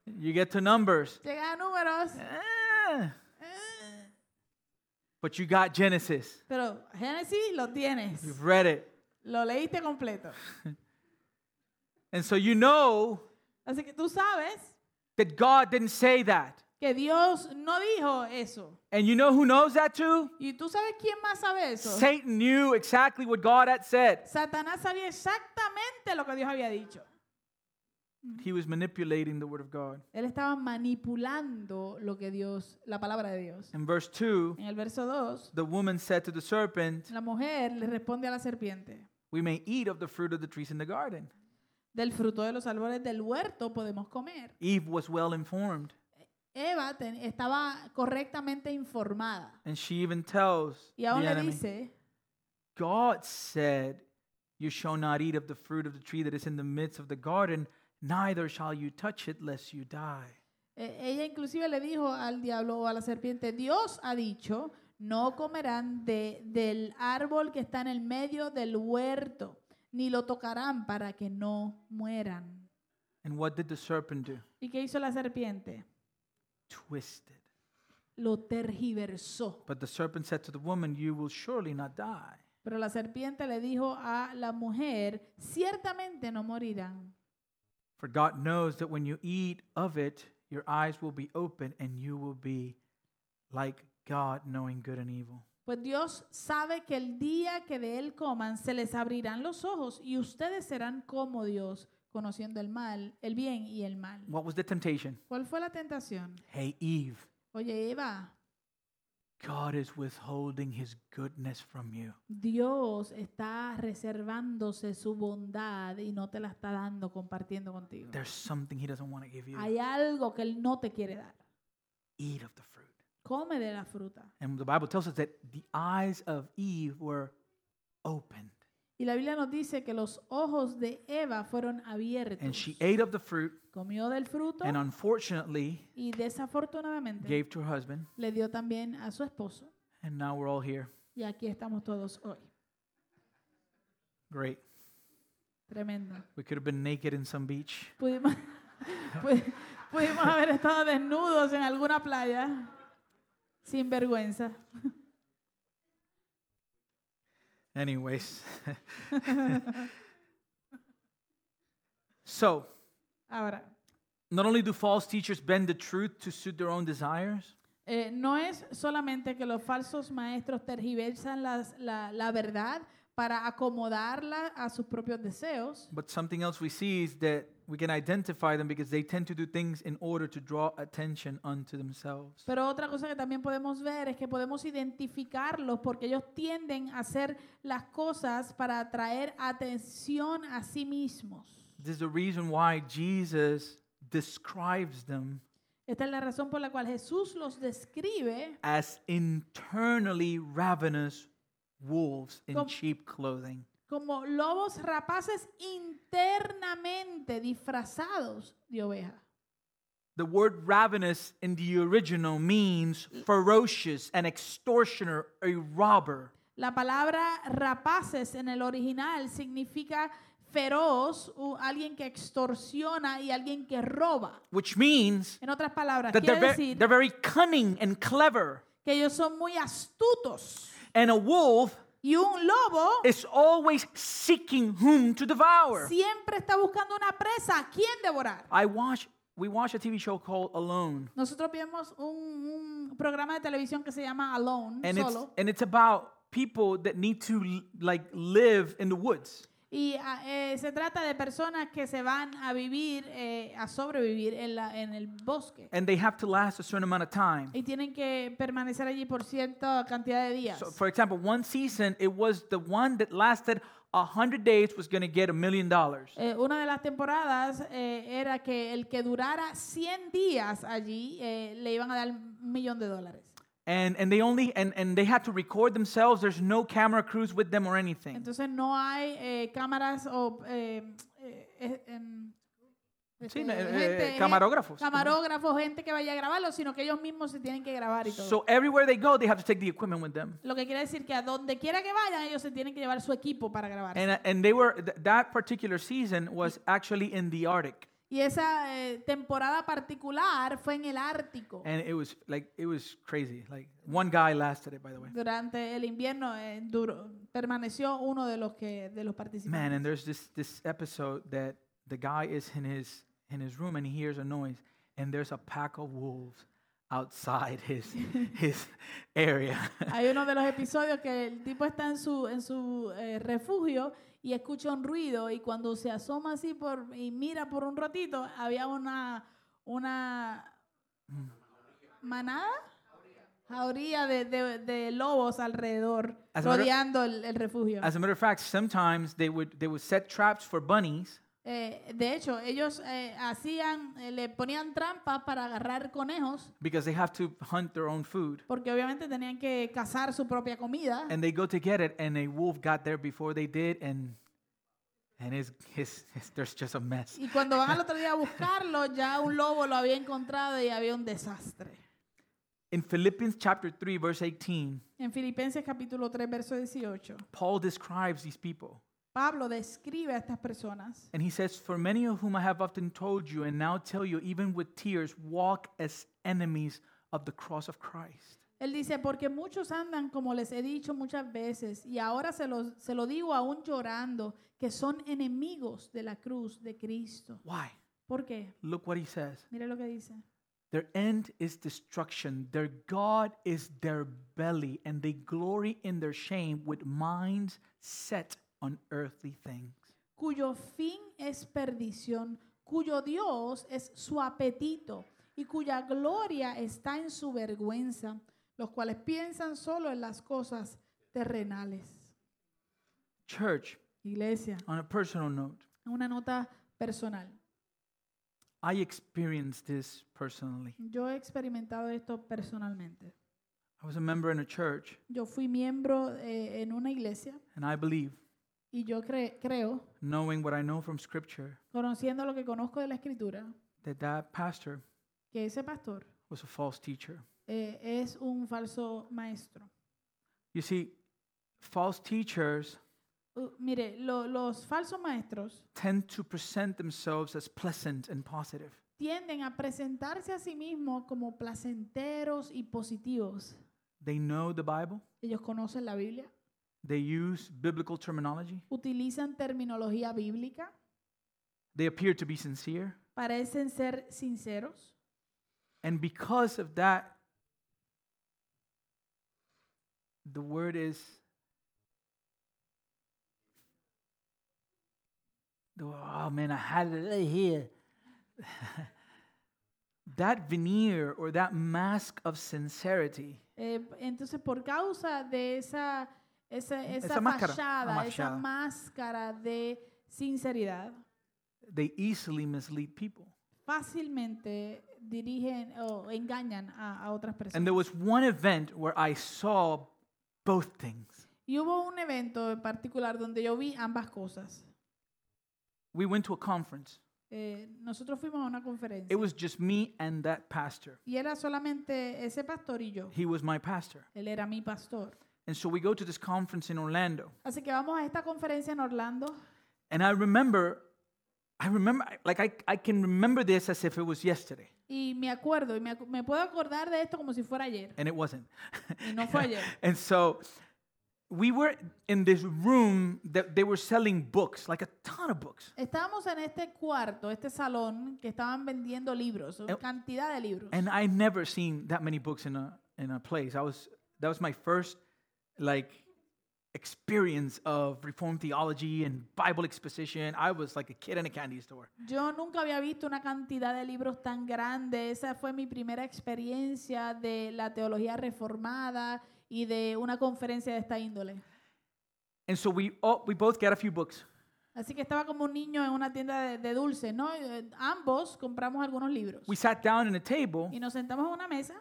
A: You get to Numbers.
B: llegas a números,
A: Eh, But you got Genesis.
B: pero Génesis lo tienes,
A: You've read it.
B: lo leíste completo.
A: And so you know
B: Así que tú sabes
A: that God didn't say that.
B: que Dios no dijo eso.
A: And you know who knows that too?
B: ¿Y tú sabes quién más sabe eso?
A: Satan knew exactly what God had said.
B: Satanás sabía exactamente lo que Dios había dicho.
A: He was manipulating the word of God.
B: Él estaba manipulando lo que Dios, la palabra de Dios.
A: In verse 2,
B: En el verso 2,
A: the woman said to the serpent,
B: la mujer le responde a la serpiente,
A: We may eat of the fruit of the trees in the garden.
B: del fruto de los árboles del huerto podemos comer.
A: Eve was well informed,
B: Eva ten- estaba correctamente informada
A: and she even tells
B: y
A: the
B: aún le
A: enemy,
B: dice,
A: God said, You shall not eat of the fruit of the tree that is in the midst of the garden, neither shall you touch it, lest you die.
B: eh, ella inclusive le dijo al diablo o a la serpiente, Dios ha dicho, no comerán de- del árbol que está en el medio del huerto, ni lo tocarán para que no mueran.
A: And what did the serpent do?
B: ¿Y qué hizo la serpiente?
A: Twisted.
B: Lo tergiversó.
A: But the serpent said to the woman, You will surely not die.
B: Pero la serpiente le dijo a la mujer, ciertamente no morirán,
A: For God knows that when you eat of it, your eyes will be open and you will be like God, knowing good and evil.
B: pues Dios sabe que el día que de él coman se les abrirán los ojos y ustedes serán como Dios, conociendo el mal, el bien y el mal.
A: What was the temptation?
B: ¿Cuál fue la tentación?
A: Hey, Eve,
B: Oye, Eva,
A: God is withholding his goodness from you.
B: Dios está reservándose su bondad y no te la está dando compartiendo contigo.
A: There's something he doesn't want to give you.
B: Hay algo que él no te quiere dar.
A: eat of the fruit.
B: Come de la fruta.
A: And the Bible tells us that the eyes of Eve were opened.
B: Y la Biblia nos dice que los ojos de Eva fueron
A: And she
B: abiertos.
A: ate of the fruit
B: Comió del fruto
A: and unfortunately
B: y desafortunadamente
A: gave to her husband.
B: le dio también a su esposo.
A: And now we're all here.
B: Y aquí estamos todos hoy.
A: Great.
B: Tremendo.
A: We could have been naked in some beach.
B: Pudimos, *laughs* pu- pudimos haber estado desnudos en alguna playa sin vergüenza. *laughs*
A: Anyways. *laughs* so,
B: Ahora,
A: not only do false teachers bend the truth to suit their own desires,
B: eh, no es solamente que los falsos maestros tergiversan las- la, la verdad para acomodarla a sus propios deseos,
A: but something else we see is that we can identify them because they tend to do things in order to draw attention unto themselves.
B: pero otra cosa que también podemos ver es que podemos identificarlos porque ellos tienden a hacer las cosas para atraer atención a sí mismos.
A: This is the reason why Jesus describes them
B: Esta es la razón por la cual Jesús los describe
A: as internally ravenous wolves in
B: Com-
A: sheep clothing.
B: como lobos rapaces internamente disfrazados de oveja.
A: The word ravenous in the original means
B: Mm.
A: ferocious, an extortioner, a robber.
B: La palabra rapaces en el original significa feroz, u- alguien que extorsiona y alguien que roba.
A: which means
B: En otras palabras,
A: that they're,
B: quiere
A: ver-
B: decir
A: they're very cunning and clever.
B: que ellos son muy astutos
A: And a wolf
B: y un lobo
A: is always seeking whom to devour.
B: siempre está buscando una presa a quien devorar.
A: I watch, we watch a TV show called Alone,
B: Nosotros vemos un, un programa de televisión que se llama Alone,
A: and it's,
B: solo.
A: and it's about people that need to l- like live in the woods.
B: Y ah, eh, se trata de personas que se van a vivir, eh, a sobrevivir en, la- en el bosque.
A: And they have to last a certain amount of time.
B: Y tienen que permanecer allí por cierta cantidad de días.
A: So, for example, one season, it was the one that lasted 100 days was going to get a million dollars.
B: Eh, una de las temporadas eh, era que el que durara 100 días allí eh, le iban a dar un millón de dólares.
A: And, and they only and, and they had to record themselves. There's no camera crews with them or anything.
B: Entonces no hay eh, cámaras o... eh, eh, eh, em,
A: Sí,
B: este,
A: no, eh,
B: gente-
A: eh, camarógrafos.
B: Camarógrafos, gente que vaya a grabarlo, sino que ellos mismos se tienen que grabar y todo.
A: So everywhere they go, they have to take the equipment with them.
B: Lo que quiere decir que a donde quiera que vayan, ellos se tienen que llevar su equipo para grabar.
A: And, and they were th- that particular season was actually in the Arctic,
B: y esa eh, temporada particular fue en el Ártico.
A: and it was like it was crazy. Like one guy lasted it, by the way.
B: Durante el invierno eh, duró- permaneció uno de los que de los
A: Man,
B: participantes.
A: and there's this this episode that the guy is in his in his room and he hears a noise, and there's a pack of wolves outside *laughs* his his area.
B: Hay uno de los episodios que el tipo está en su en su eh, refugio y escucha un ruido y cuando se asoma así por y mira por un ratito había una una manada jauría de, de, de lobos alrededor
A: As a matter-
B: rodeando el, el refugio.
A: As a matter of fact, sometimes they would they would set traps for bunnies,
B: Eh, de hecho, ellos eh, hacían, eh, le ponían trampas para agarrar conejos,
A: because they have to hunt their own food.
B: porque obviamente tenían que cazar su propia comida.
A: And they go to get it, and a wolf got there before they did, and and his his, his there's just a mess.
B: Y cuando van al otro día a buscarlo, ya un lobo lo había encontrado y había un desastre.
A: In Philippians chapter three, verse eighteen,
B: En Filipenses capítulo 3, verso 18,
A: Paul describes these people,
B: Pablo describe a estas personas
A: and he says, "For many of whom I have often told you, and now tell you, even with tears, walk as enemies of the cross of Christ."
B: Él dice, porque muchos andan, como les he dicho muchas veces, y ahora se lo, se lo digo aún llorando, que son enemigos de la cruz de Cristo.
A: Why?
B: ¿Por qué?
A: Look what he says.
B: Mire lo que dice.
A: Their end is destruction. Their God is their belly, and they glory in their shame with minds set on earthly things.
B: cuyo fin es perdición, cuyo Dios es su apetito y cuya gloria está en su vergüenza, los cuales piensan solo en las cosas terrenales.
A: Church,
B: Iglesia,
A: on a personal note,
B: una nota personal.
A: I experienced this personally.
B: Yo he experimentado esto personalmente.
A: I was a member in a church,
B: Yo fui miembro eh, en una iglesia
A: and I believe,
B: y yo cre- creo,
A: knowing what I know from Scripture,
B: conociendo lo que conozco de la escritura,
A: that that pastor
B: que ese pastor
A: was a false teacher.
B: eh, es un falso maestro.
A: You see, false teachers
B: Uh, mire, lo- los falsos maestros
A: tend to present themselves as pleasant and positive.
B: tienden a presentarse a sí mismos como placenteros y positivos.
A: They know the Bible,
B: Ellos conocen la Biblia,
A: they use biblical terminology,
B: utilizan terminología bíblica,
A: they appear to be sincere.
B: parecen ser sinceros
A: And because of that, the word is. the- Oh man, I had it right here. *laughs* that veneer or that mask of sincerity,
B: Eh, entonces, por causa de esa, esa, esa,
A: Esa máscara,
B: fachada,
A: la
B: esa
A: fachada.
B: máscara de sinceridad,
A: they easily mislead people.
B: fácilmente dirigen o engañan a, a otras
A: And
B: personas.
A: there was one event where I saw both things.
B: Y hubo un evento en particular donde yo vi ambas cosas.
A: We went to a conference.
B: Eh, nosotros fuimos a una conferencia
A: It was just me and that pastor.
B: y era solamente ese pastor y yo.
A: He was my pastor.
B: Él era mi pastor.
A: And so we go to this conference in Orlando.
B: Así que vamos a esta conferencia en Orlando
A: And I remember, I remember, like I, I can remember this as if it was yesterday,
B: y me acuerdo, y me, acu- me puedo acordar de esto como si fuera ayer.
A: and it wasn't.
B: Y no fue ayer.
A: and so we were in this room that they were selling books, like a ton of books.
B: Estábamos en este cuarto, este salón, que estaban vendiendo libros, una
A: Eh,
B: cantidad de libros.
A: And I never seen that many books in a in a place. I was that was my first like experience of reformed theology and Bible exposition. I was like a kid in a candy store.
B: Yo nunca había visto una cantidad de libros tan grande. Esa fue mi primera experiencia de la teología reformada y de una conferencia de esta índole.
A: And so we all, we both got a few books.
B: Así que estaba como un niño en una tienda de, de dulces, ¿no? Eh, ambos compramos algunos libros.
A: We sat down at a table
B: Y nos sentamos a una mesa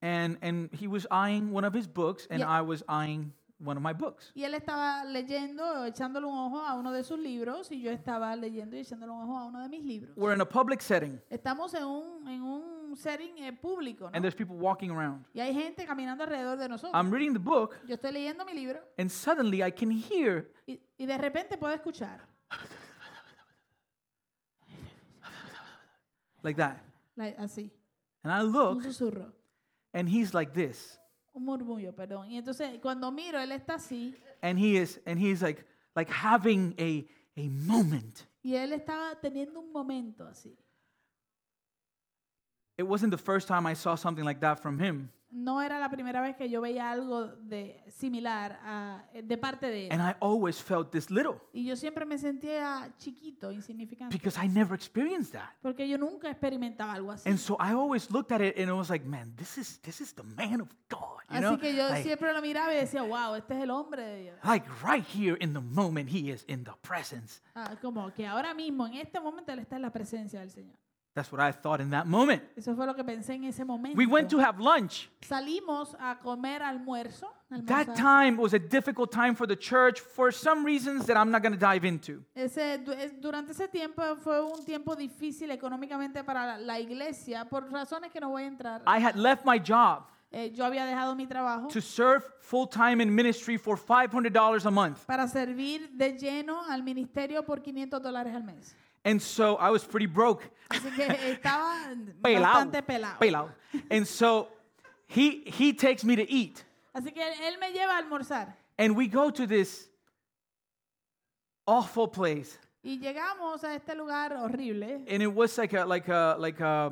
A: and and he was eyeing one of his books and
B: Yeah.
A: I was eyeing one of my books.
B: y él estaba leyendo, echándole un ojo a uno de sus libros y yo estaba leyendo y echándole un ojo a uno de mis libros.
A: We're in a public setting
B: Estamos en un, en un setting eh, público, ¿no?
A: and there's people walking around.
B: Y hay gente caminando alrededor de nosotros.
A: I'm reading the book
B: Yo estoy leyendo mi libro
A: and suddenly I can hear
B: y, y de repente puedo escuchar
A: like that.
B: like, así,
A: And I
B: un
A: look
B: susurro,
A: and he's like this.
B: un murmullo, perdón. Y entonces cuando miro, él está así
A: and he is and he's like like having a a moment
B: y él estaba teniendo un momento así.
A: it wasn't the first time i saw something like that from him
B: No era la primera vez que yo veía algo de similar a- de parte de él.
A: and i always felt this little
B: Y yo siempre me sentía chiquito, insignificante,
A: because i never experienced that
B: porque yo nunca experimentaba algo así.
A: and so i always looked at it and i was like man this is this is the man of god you know
B: Así que yo
A: like,
B: siempre lo miraba y decía, wow, este es el hombre de Dios.
A: like right here in the moment he is in the presence
B: Ah, como que ahora mismo, en este momento, él está en la presencia del Señor.
A: that's what i thought in that moment
B: Eso fue lo que pensé en ese momento.
A: we went to have lunch
B: Salimos a comer almuerzo. almorzar.
A: that time was a difficult time for the church for some reasons that i'm not going to dive into
B: Ese, du- es- durante ese tiempo fue un tiempo difícil económicamente para la, la iglesia por razones que no voy a entrar.
A: i had left my job
B: Eh, yo había dejado mi trabajo
A: to serve full time in ministry for $500 a month.
B: para servir de lleno al ministerio por 500 dólares al mes.
A: And so I was pretty broke.
B: Así
A: *laughs*
B: que estaba bastante pelado.
A: Pelado. And so he he takes me to eat.
B: Así que él, él me lleva a almorzar.
A: And we go to this awful place.
B: Y llegamos a este lugar horrible.
A: And it was like a like a like a,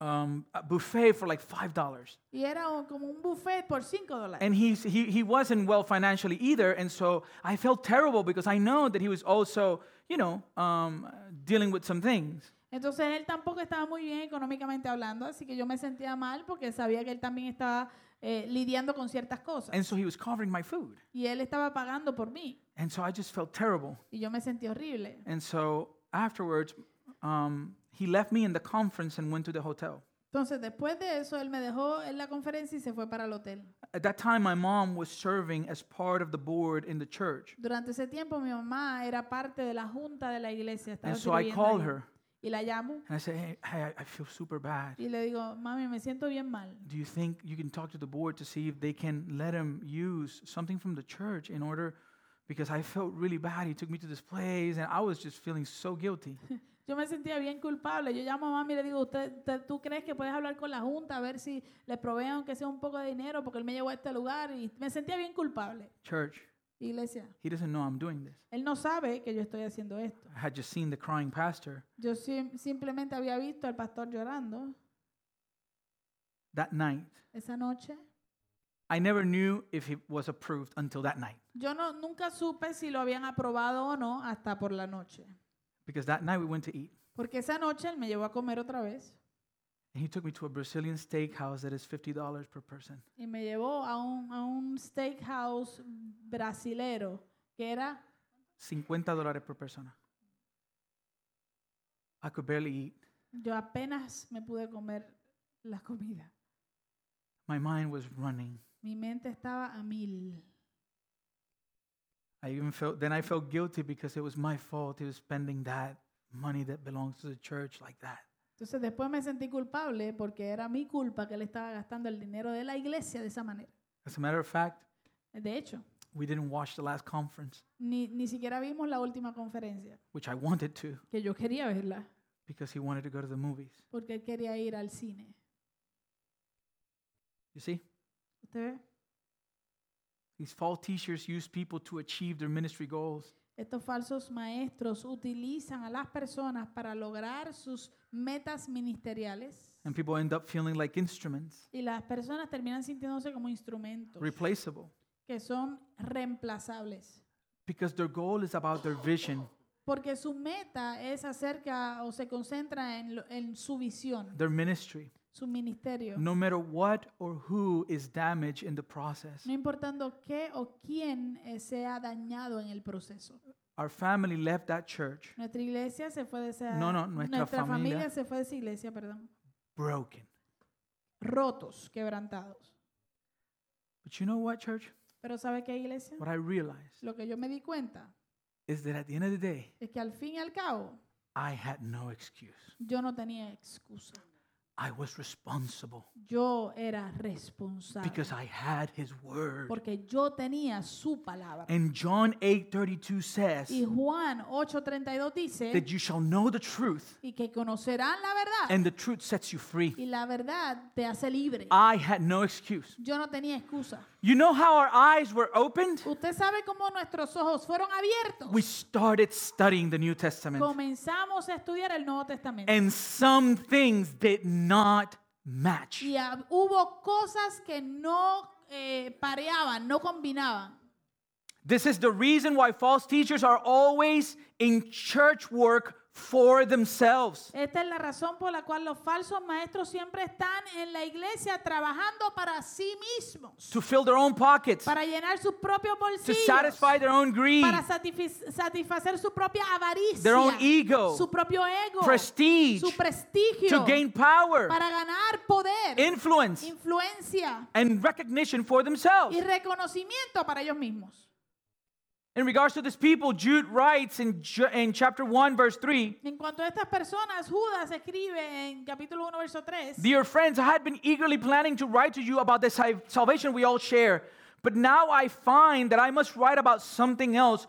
A: um, a buffet for like five dollars.
B: Y era un- como un buffet por 5 dólares.
A: And he's, he he wasn't well financially either. And so I felt terrible because I know that he was also, you know, um, dealing with some things.
B: Entonces él tampoco estaba muy bien económicamente hablando, así que yo me sentía mal porque sabía que él también estaba eh, lidiando con ciertas cosas.
A: And so he was covering my food.
B: Y él estaba pagando por mí.
A: And so I just felt terrible.
B: Y yo me sentí horrible.
A: And so afterwards, um, he left me in the conference and went to the hotel.
B: Entonces, después de eso, él me dejó en la conferencia y se fue para el hotel.
A: At that time, my mom was serving as part of the board in the church.
B: Durante ese tiempo, mi mamá era parte de la junta de la iglesia. Estaba
A: And so I
B: sirviendo
A: called
B: ahí.
A: her
B: Y la llamo
A: and I said, Hey, hey I- I feel super bad.
B: y le digo, mami, me siento bien mal.
A: Do you think you can talk to the board to see if they can let him use something from the church in order? Because I felt really bad. He took me to this place and I was just feeling so guilty.
B: Yo me sentía bien culpable. Yo llamo a mami y le digo, ¿Usted, usted- tú crees que puedes hablar con la junta a ver si le proveen aunque sea un poco de dinero porque él me llevó a este lugar? Y me sentía bien culpable.
A: Church,
B: Iglesia,
A: he doesn't know I'm doing this.
B: él no sabe que yo estoy haciendo esto.
A: I had just seen the crying pastor
B: Yo sim- simplemente había visto al pastor llorando
A: that night.
B: esa noche.
A: I never knew if he was approved until that night.
B: Yo no, nunca supe si lo habían aprobado o no hasta por la noche.
A: Because that night we went to eat.
B: Porque esa noche él me llevó a comer otra vez
A: And he took me to a Brazilian steakhouse that is $50 per person.
B: y me llevó a un, a un steakhouse brasilero que era,
A: 50 dólares per persona. I could barely eat.
B: yo apenas me pude comer la comida.
A: My mind was running.
B: Mi mente estaba a mil.
A: I even felt then I felt guilty because it was my fault. He was spending that money that belongs to the church like that.
B: Entonces después me sentí culpable porque era mi culpa que él estaba gastando el dinero de la iglesia de esa manera.
A: As a matter of fact,
B: De hecho,
A: we didn't watch the last conference,
B: ni, ni siquiera vimos la última conferencia,
A: which I wanted to
B: que yo quería verla
A: because he wanted to go to the movies.
B: porque él quería ir al cine.
A: You see,
B: ¿Usted ve?
A: these false teachers use people to achieve their ministry goals.
B: Estos falsos maestros utilizan a las personas para lograr sus metas ministeriales
A: And people end up feeling like instruments,
B: y las personas terminan sintiéndose como instrumentos
A: replaceable,
B: que son reemplazables.
A: because their goal is about their vision,
B: Porque su meta es acerca o se concentra en, lo- en su visión,
A: their ministry,
B: su ministerio.
A: no matter what or who is damaged in the process.
B: No importando qué o quién eh, sea dañado en el proceso.
A: Our family left that church
B: Nuestra iglesia se fue de esa
A: No, no, nuestra familia.
B: familia se fue de esa iglesia, perdón.
A: broken.
B: Rotos, quebrantados.
A: But you know what, church?
B: Pero ¿sabe qué iglesia?
A: What I realized
B: Lo que yo me di cuenta
A: is that at the end of the day,
B: es que al fin y al cabo
A: I had no excuse.
B: yo no tenía excusa.
A: I was responsible
B: Yo era responsable
A: because I had his word.
B: porque yo tenía su palabra.
A: And John 8:32
B: Y
A: says
B: Juan 8:32 dice
A: that you shall know the truth
B: y que conocerán la verdad
A: and the truth sets you free.
B: y la verdad te hace libre.
A: I had no excuse.
B: Yo no tenía excusa.
A: You know how our eyes were opened?
B: Usted sabe cómo nuestros ojos fueron abiertos.
A: We started studying the New Testament
B: Comenzamos a estudiar el Nuevo Testamento
A: and some things did not match.
B: y ah, hubo cosas que no eh, pareaban, no combinaban.
A: This is the reason why false teachers are always in church work for themselves.
B: Esta es la razón por la cual los falsos maestros siempre están en la iglesia trabajando para sí mismos,
A: to fill their own pockets,
B: para llenar sus propios
A: to
B: bolsillos,
A: satisfy their own greed,
B: para satisfi- satisfacer su propia avaricia,
A: Their own ego,
B: su propio ego,
A: prestige,
B: su prestigio,
A: to gain power,
B: para ganar poder,
A: influence,
B: influencia
A: and recognition for themselves.
B: y reconocimiento para ellos mismos.
A: In regards to these people, Jude writes in, Ju- in chapter 1, verse 3
B: En cuanto a estas personas, Judas escribe en capítulo 1, verso 3.
A: Dear friends, I had been eagerly planning to write to you about the si- salvation we all share, but now I find that I must write about something else,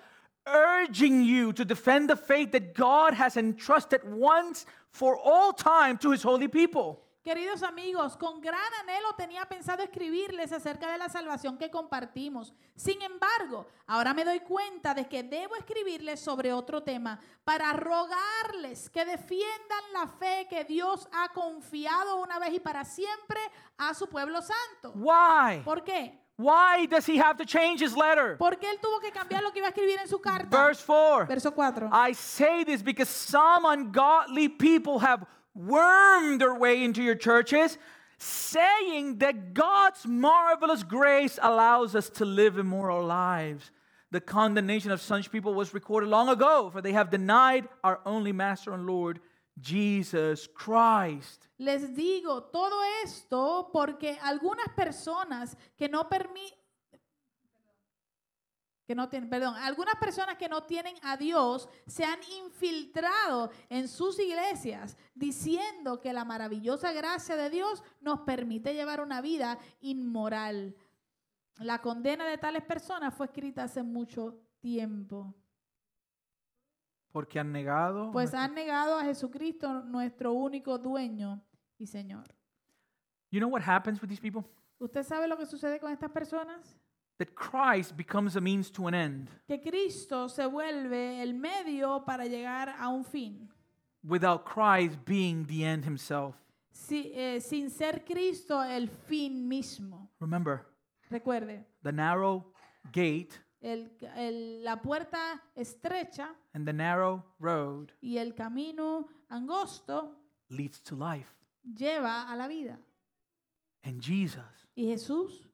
A: urging you to defend the faith that God has entrusted once for all time to his holy people.
B: Queridos amigos, con gran anhelo tenía pensado escribirles acerca de la salvación que compartimos. Sin embargo, ahora me doy cuenta de que debo escribirles sobre otro tema para rogarles que defiendan la fe que Dios ha confiado una vez y para siempre a su pueblo santo.
A: Why?
B: ¿Por qué?
A: Why does he have to change his letter?
B: Porque él tuvo que cambiar lo que iba a escribir en su carta.
A: Verse 4.
B: Verso 4.
A: I say this because some ungodly people have wormed their way into your churches, saying that God's marvelous grace allows us to live immoral lives. The condemnation of such people was recorded long ago, for they have denied our only master and Lord, Jesus Christ.
B: Les digo todo esto porque algunas personas que no permiten que no tienen, perdón, algunas personas que no tienen a Dios se han infiltrado en sus iglesias diciendo que la maravillosa gracia de Dios nos permite llevar una vida inmoral. La condena de tales personas fue escrita hace mucho tiempo,
A: Porque han negado.
B: pues han negado a Jesucristo, nuestro único dueño y Señor.
A: you know what happens with these people?
B: ¿Usted sabe lo que sucede con estas personas?
A: That Christ becomes a means to an end
B: Que Cristo se vuelve el medio para llegar a un fin.
A: without Christ being the end himself.
B: Si- eh, sin ser Cristo el fin mismo.
A: Remember,
B: Recuerde,
A: the narrow gate
B: el- el- la puerta estrecha
A: and the narrow road
B: y el camino angosto
A: leads to life.
B: lleva a la vida.
A: And Jesus
B: Y Jesús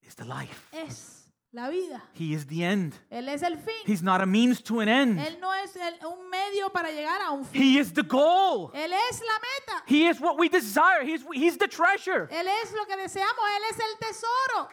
A: is the life.
B: es la vida.
A: He is the end.
B: Él es el fin.
A: He's not a means to an end.
B: Él no es el- un medio para llegar a un fin.
A: He is the goal.
B: Él es la meta.
A: He is what we desire. He's, he's the treasure.
B: Él es lo que deseamos. Él es el tesoro.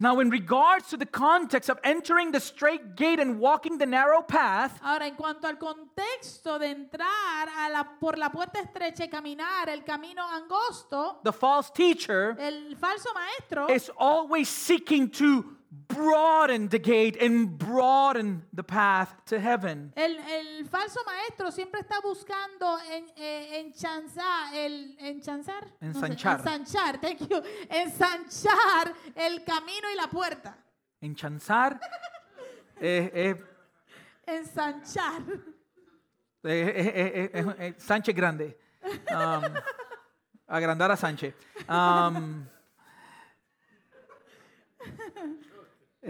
A: Now, in regards to the context of entering the straight gate and walking the narrow path,
B: Ahora, en cuanto al contexto de entrar a la- por la puerta estrecha y caminar el camino angosto,
A: the false teacher
B: el falso maestro
A: is always seeking to broaden the gate and broaden the path to heaven.
B: El, el falso maestro siempre está buscando en, eh, enchanzar, el, enchanzar, No sé,
A: Ensanchar.
B: ensanchar, thank you, ensanchar el camino y la puerta,
A: Enchanzar eh, eh,
B: ensanchar,
A: eh, eh, eh, eh, eh, Sánchez Grande. Um, agrandar a Sánchez. Um, *laughs*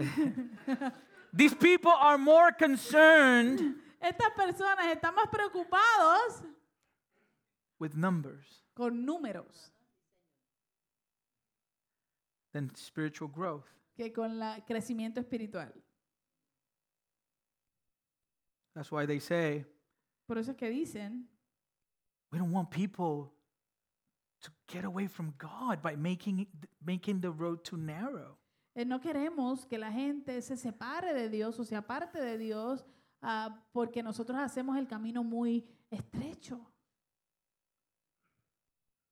A: these people are more concerned
B: estas personas están más preocupados
A: with numbers
B: con números
A: than spiritual growth.
B: que con el crecimiento espiritual.
A: That's why they say,
B: Por eso es que dicen,
A: we don't want people to get away from God by making, it- making the road too narrow.
B: eh, no queremos que la gente se separe de Dios o se aparte de Dios ah, porque nosotros hacemos el camino muy estrecho.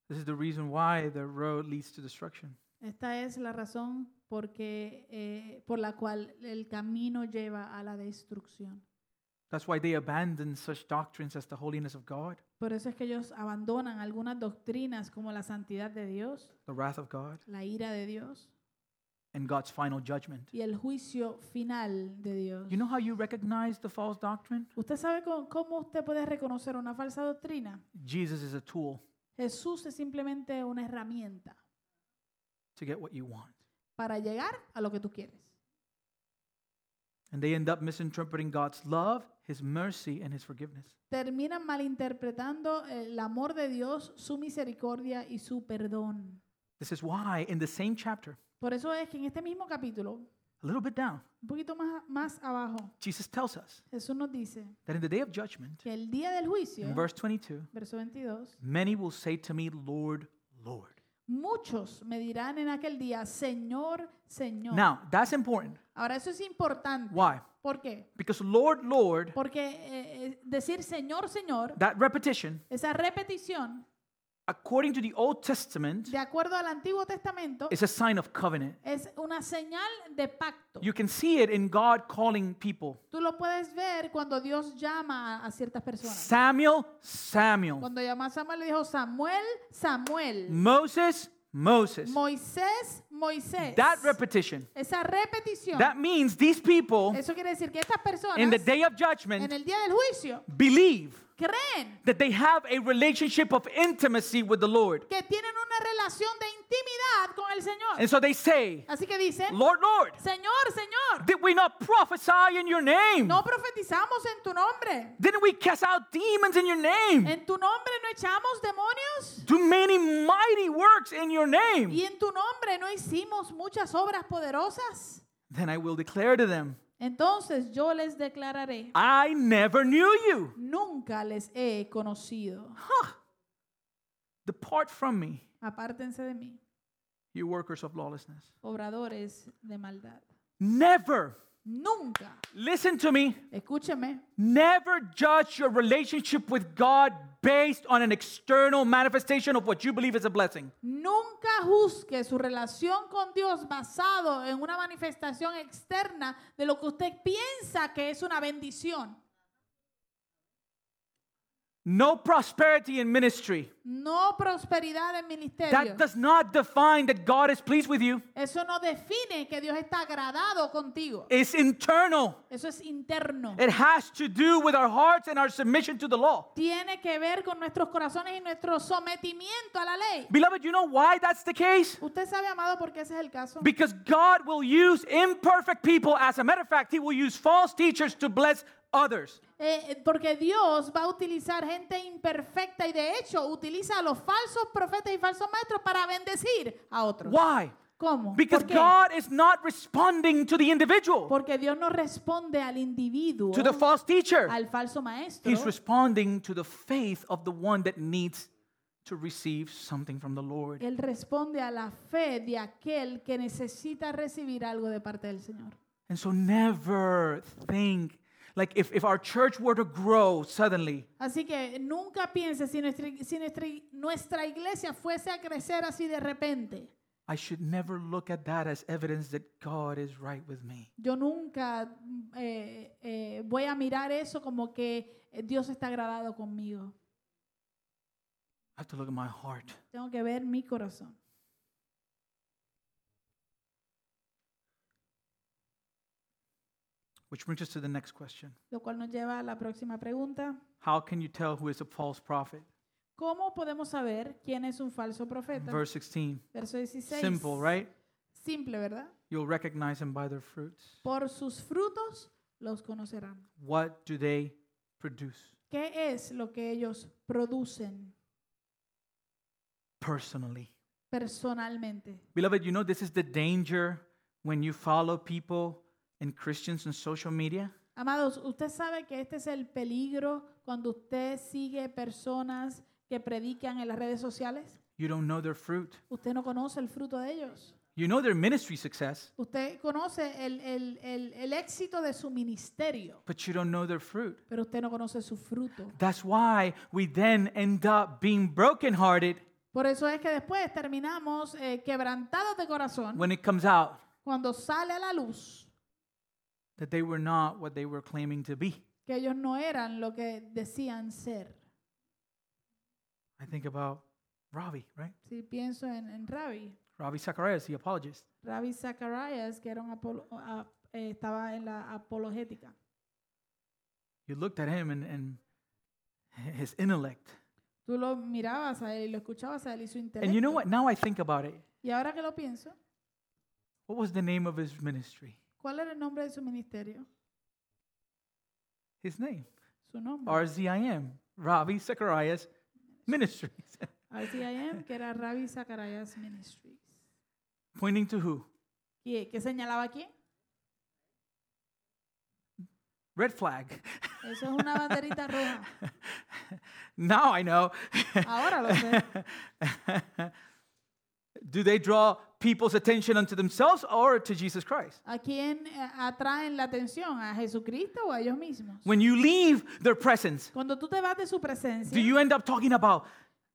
A: This is the reason why the road leads to destruction.
B: Esta es la razón porque, eh, por la cual el camino lleva a la destrucción.
A: That's why they abandon such doctrines as the holiness of God,
B: Por eso es que ellos abandonan algunas doctrinas como la santidad de Dios,
A: the wrath of God,
B: la ira de Dios
A: and God's final judgment.
B: y el juicio final de Dios.
A: You know how you recognize the false doctrine?
B: ¿Usted sabe co- cómo usted puede reconocer una falsa doctrina?
A: Jesus is a tool
B: Jesús es simplemente una herramienta
A: to get what you want.
B: para llegar a lo que tú quieres.
A: And they end up misinterpreting God's love, His mercy, and His forgiveness.
B: Terminan malinterpretando eh, el amor de Dios, su misericordia y su perdón.
A: This is why, in the same chapter,
B: Por eso es que en este mismo capítulo,
A: a little bit down,
B: Un poquito más, más abajo,
A: Jesus tells us
B: Jesús nos dice
A: that in the day of judgment,
B: que el día del juicio,
A: in verse 22,
B: verso 22,
A: Many will say to me, Lord, Lord.
B: muchos me dirán en aquel día, Señor, Señor.
A: Now, that's important.
B: Ahora, eso es importante.
A: Why?
B: ¿Por qué?
A: Because Lord, Lord,
B: Porque eh, eh, decir Señor, Señor,
A: that repetition,
B: esa repetición,
A: according to the Old Testament,
B: de acuerdo al Antiguo Testamento,
A: is a sign of covenant.
B: es una señal de pacto.
A: You can see it in God calling people.
B: Tú lo puedes ver cuando Dios llama a, a ciertas personas.
A: Samuel, Samuel.
B: Cuando llamó a Samuel, le dijo, Samuel, Samuel.
A: Moses, Moses.
B: Moisés, Moisés.
A: That repetition.
B: Esa repetición.
A: That means these people
B: Eso quiere decir que estas personas
A: in the day of
B: en
A: judgment
B: el día del juicio
A: believe
B: creen
A: that they have a relationship of intimacy with the Lord.
B: que tienen una relación de intimidad con el Señor.
A: And so they say,
B: Así que dicen,
A: Lord, Lord,
B: Señor, Señor,
A: did we not prophesy in your name?
B: no profetizamos en tu nombre.
A: Didn't we cast out demons in your name?
B: En tu nombre no echamos demonios.
A: Do many mighty works in your name?
B: Y en tu nombre no hicimos muchas obras poderosas.
A: Then I will declare to them,
B: Entonces yo les declararé,
A: I never knew you.
B: nunca les he conocido.
A: Depart from me,
B: Apártense de mí,
A: you workers of lawlessness.
B: obradores de maldad.
A: Never,
B: Nunca,
A: listen to me,
B: escúcheme,
A: never judge your relationship with God based on an external manifestation of what you believe is a blessing.
B: nunca juzgue su relación con Dios basado en una manifestación externa de lo que usted piensa que es una bendición.
A: No prosperity in ministry.
B: No prosperidad en ministerio.
A: That does not define that God is pleased with you.
B: Eso no define que Dios está agradado contigo.
A: It's internal.
B: Eso es interno.
A: It has to do with our hearts and our submission to the law.
B: Tiene que ver con nuestros corazones y nuestro sometimiento a la ley.
A: Beloved, you know why that's the case?
B: Usted sabe, amado, por qué ese es el caso.
A: Because God will use imperfect people. As a matter of fact, He will use false teachers to bless others.
B: Eh, porque Dios va a utilizar gente imperfecta y de hecho utiliza a los falsos profetas y falsos maestros para bendecir a otros.
A: Why?
B: ¿Cómo?
A: Because
B: ¿Por qué?
A: God is not responding to the individual,
B: Porque Dios no responde al individuo,
A: to the false teacher.
B: al falso maestro.
A: He's responding to the faith of the one that needs to receive something from the Lord.
B: Él responde a la fe de aquel que necesita recibir algo de parte del Señor.
A: And so never think like if, if our church were to grow suddenly,
B: Así que nunca piense si nuestra, si nuestra, nuestra iglesia fuese a crecer así de repente.
A: I should never look at that as evidence that God is right with me.
B: Yo nunca eh, eh, voy a mirar eso como que eh, Dios está agradado conmigo.
A: I have to look at my heart.
B: Tengo que ver mi corazón.
A: Which brings us to the next question.
B: Lo cual nos lleva a la próxima pregunta.
A: How can you tell who is a false prophet?
B: ¿Cómo podemos saber quién es un falso profeta?
A: Verse 16.
B: Verso 16.
A: Simple, right?
B: Simple, ¿verdad?
A: You'll recognize them by their fruits.
B: Por sus frutos los conocerán.
A: What do they produce?
B: ¿Qué es lo que ellos producen
A: Personally.
B: personalmente?
A: Beloved, you know this is the danger when you follow people and Christians on social media.
B: Amados, usted sabe que este es el peligro cuando usted sigue personas que predican en las redes sociales.
A: You don't know their fruit.
B: Usted no conoce el fruto de ellos.
A: You know their ministry success,
B: Usted conoce el, el- el- el éxito de su ministerio,
A: but you don't know their fruit.
B: pero usted no conoce su fruto.
A: That's why we then end up being brokenhearted
B: Por eso es que después terminamos eh, quebrantados de corazón
A: when it comes out
B: cuando sale a la luz
A: that they were not what they were claiming to be.
B: que ellos no eran lo que decían ser.
A: I think about Ravi, right?
B: Si pienso en, en Ravi,
A: Ravi Zacharias, the apologist.
B: Ravi Zacharias, que era un apolo- a- eh, estaba en la apologética.
A: You looked at him and, and his intellect.
B: Tú lo mirabas a él y lo escuchabas a él y su intelecto.
A: And you know what? Now I think about it.
B: Y ahora que lo pienso,
A: What was the name of his ministry?
B: ¿cuál era el nombre de su ministerio?
A: His name.
B: Su nombre.
A: RZIM, Ravi Zacharias Ministries. *laughs*
B: RCIM, que era Ravi Zacharias Ministries.
A: Pointing to who?
B: ¿Qué, qué señalaba aquí?
A: Red flag. *laughs*
B: Eso es una banderita roja.
A: Now I know. *laughs*
B: Ahora lo sé.
A: Do they draw people's attention unto themselves or to Jesus Christ?
B: ¿A quién eh, atraen la atención? ¿A Jesucristo o a ellos mismos?
A: When you leave their presence,
B: Cuando tú te vas de su presencia,
A: do you end up talking about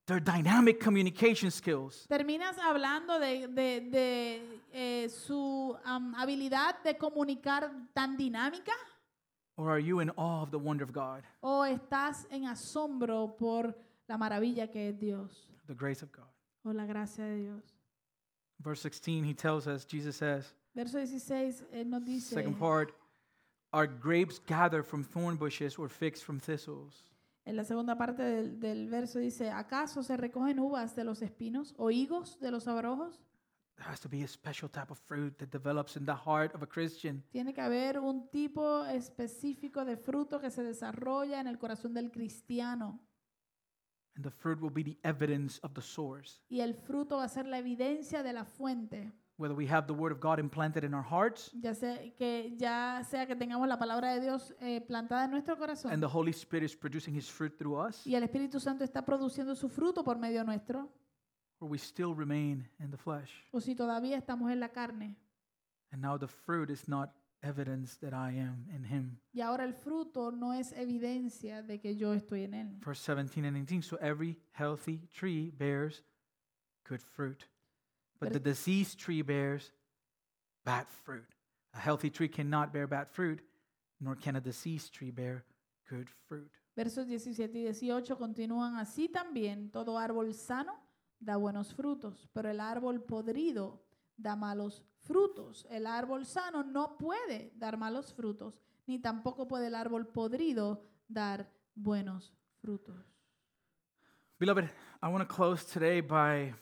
A: their dynamic communication skills,
B: Terminas hablando de, de- de, eh, su am, habilidad de comunicar tan dinámica
A: or are you in awe of the wonder of God,
B: o estás en asombro por la maravilla que es Dios
A: the grace of God?
B: o la gracia de Dios.
A: Verse 16, he tells us, Jesus says,
B: Verso 16 él nos dice,
A: second part, are grapes gathered from thorn bushes or figs from thistles?
B: en la segunda parte del, del verso dice, ¿acaso se recogen uvas de los espinos o higos de los abrojos?
A: There has to be a special type of fruit that develops in the heart of a Christian.
B: Tiene que haber un tipo específico de fruto que se desarrolla en el corazón del cristiano.
A: And the fruit will be the evidence of the source.
B: y el fruto va a ser la evidencia de la fuente.
A: whether we have the Word of God implanted in our hearts
B: Ya sea que, ya sea que tengamos la palabra de Dios eh, plantada en nuestro corazón
A: and the Holy Spirit is producing His fruit through us,
B: y el Espíritu Santo está produciendo su fruto por medio nuestro,
A: or we still remain in the flesh.
B: o si todavía estamos en la carne.
A: And now the fruit is not evidence that I am in Him.
B: Y ahora el fruto no es evidencia de que yo estoy en él.
A: Verse 17 and 18 So every healthy tree bears good fruit, but the diseased tree bears bad fruit. A healthy tree cannot bear bad fruit, nor can a diseased tree bear good fruit.
B: Versos 17 y 18 continúan así también. Todo árbol sano da buenos frutos, pero el árbol podrido da malos frutos. El árbol sano no puede dar malos frutos, ni tampoco puede el árbol podrido dar buenos frutos.
A: Beloved, I want to close today by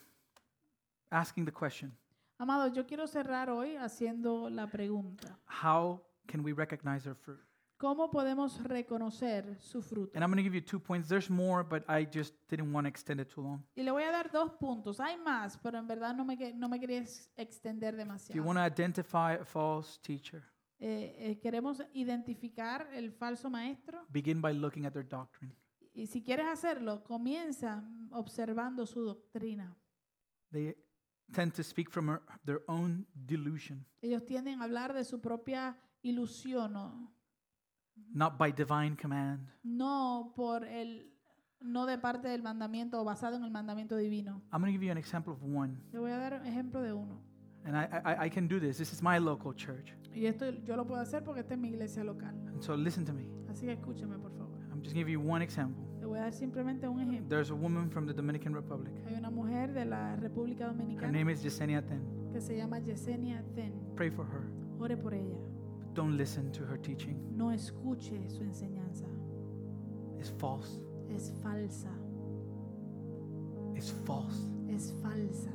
A: asking the question
B: Amado, yo quiero cerrar hoy haciendo la pregunta.
A: how can we recognize our fruit?
B: ¿Cómo podemos reconocer su fruto?
A: And I'm going to give you two points. There's more, but I just didn't want to extend it too long.
B: Y le voy a dar dos puntos. Hay más, pero en verdad no me, que- no me quería ex- extender
A: If you
B: demasiado.
A: want to identify a false teacher,
B: Eh, eh, queremos identificar el falso maestro
A: begin by looking at their doctrine.
B: y si quieres hacerlo, comienza mm, observando su doctrina.
A: They tend to speak from her- their own delusion,
B: Ellos tienden a hablar de su propia ilusión, no,
A: not by divine command.
B: no por el no de parte del mandamiento o basado en el mandamiento divino.
A: I'm going to give you an example of one,
B: Le voy a dar un ejemplo de uno.
A: and I, I, I can do this. This is my local church.
B: Y esto yo lo puedo hacer porque esta es mi iglesia local.
A: And so listen to me.
B: Así que escúchame, por favor.
A: I'm just giving you one example.
B: Le voy a dar simplemente un ejemplo.
A: There's a woman from the Dominican Republic.
B: Hay una mujer de la República
A: Her
B: Dominicana
A: name is Yesenia Ten.
B: que se llama Yesenia Ten.
A: Pray for her.
B: Ore por ella.
A: Don't listen to her teaching.
B: No escuche su enseñanza.
A: It's false.
B: Es falsa.
A: It's false.
B: Es falsa.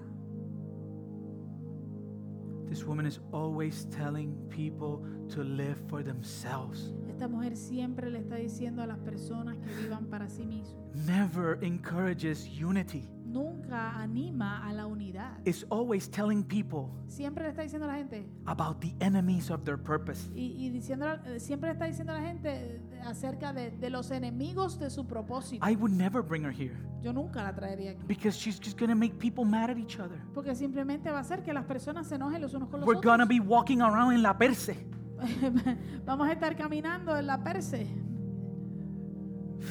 A: This woman is always telling people to live for themselves,
B: Esta mujer siempre le está diciendo a las personas que vivan para sí mismos.
A: never encourages unity,
B: Nunca anima a la unidad.
A: is always telling people
B: Siempre le está diciendo a la gente.
A: about the enemies of their purpose.
B: Y, y diciendo, eh, siempre le está diciendo a la gente eh, acerca de, de los enemigos de su propósito.
A: I would never bring her here
B: Yo nunca la traería aquí.
A: because she's just gonna make people mad at each other.
B: Porque simplemente va a hacer que las personas se enojen los unos con los
A: We're
B: otros.
A: gonna be walking around in La Perse,
B: *laughs* Vamos a estar caminando en la Perse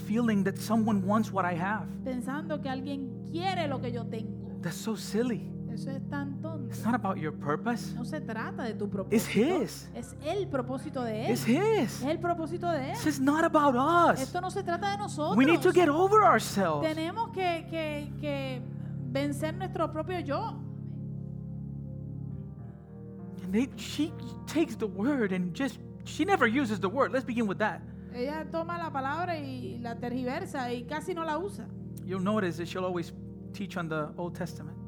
A: feeling that someone wants what I have.
B: pensando que alguien quiere lo que yo tengo.
A: That's so silly.
B: Eso es tan tonto.
A: It's not about your purpose,
B: No se trata de tu
A: it's
B: propósito.
A: His.
B: Es el propósito de él.
A: It's
B: Es
A: His.
B: el propósito de él.
A: This is not about us.
B: Esto no se trata de nosotros.
A: We need to get over ourselves.
B: Tenemos que, que- que vencer nuestro propio yo.
A: And they, she takes the word and just, she never uses the word. Let's begin with that.
B: Ella toma la palabra y la tergiversa y casi no la usa.
A: You'll notice that she'll always teach on the Old Testament.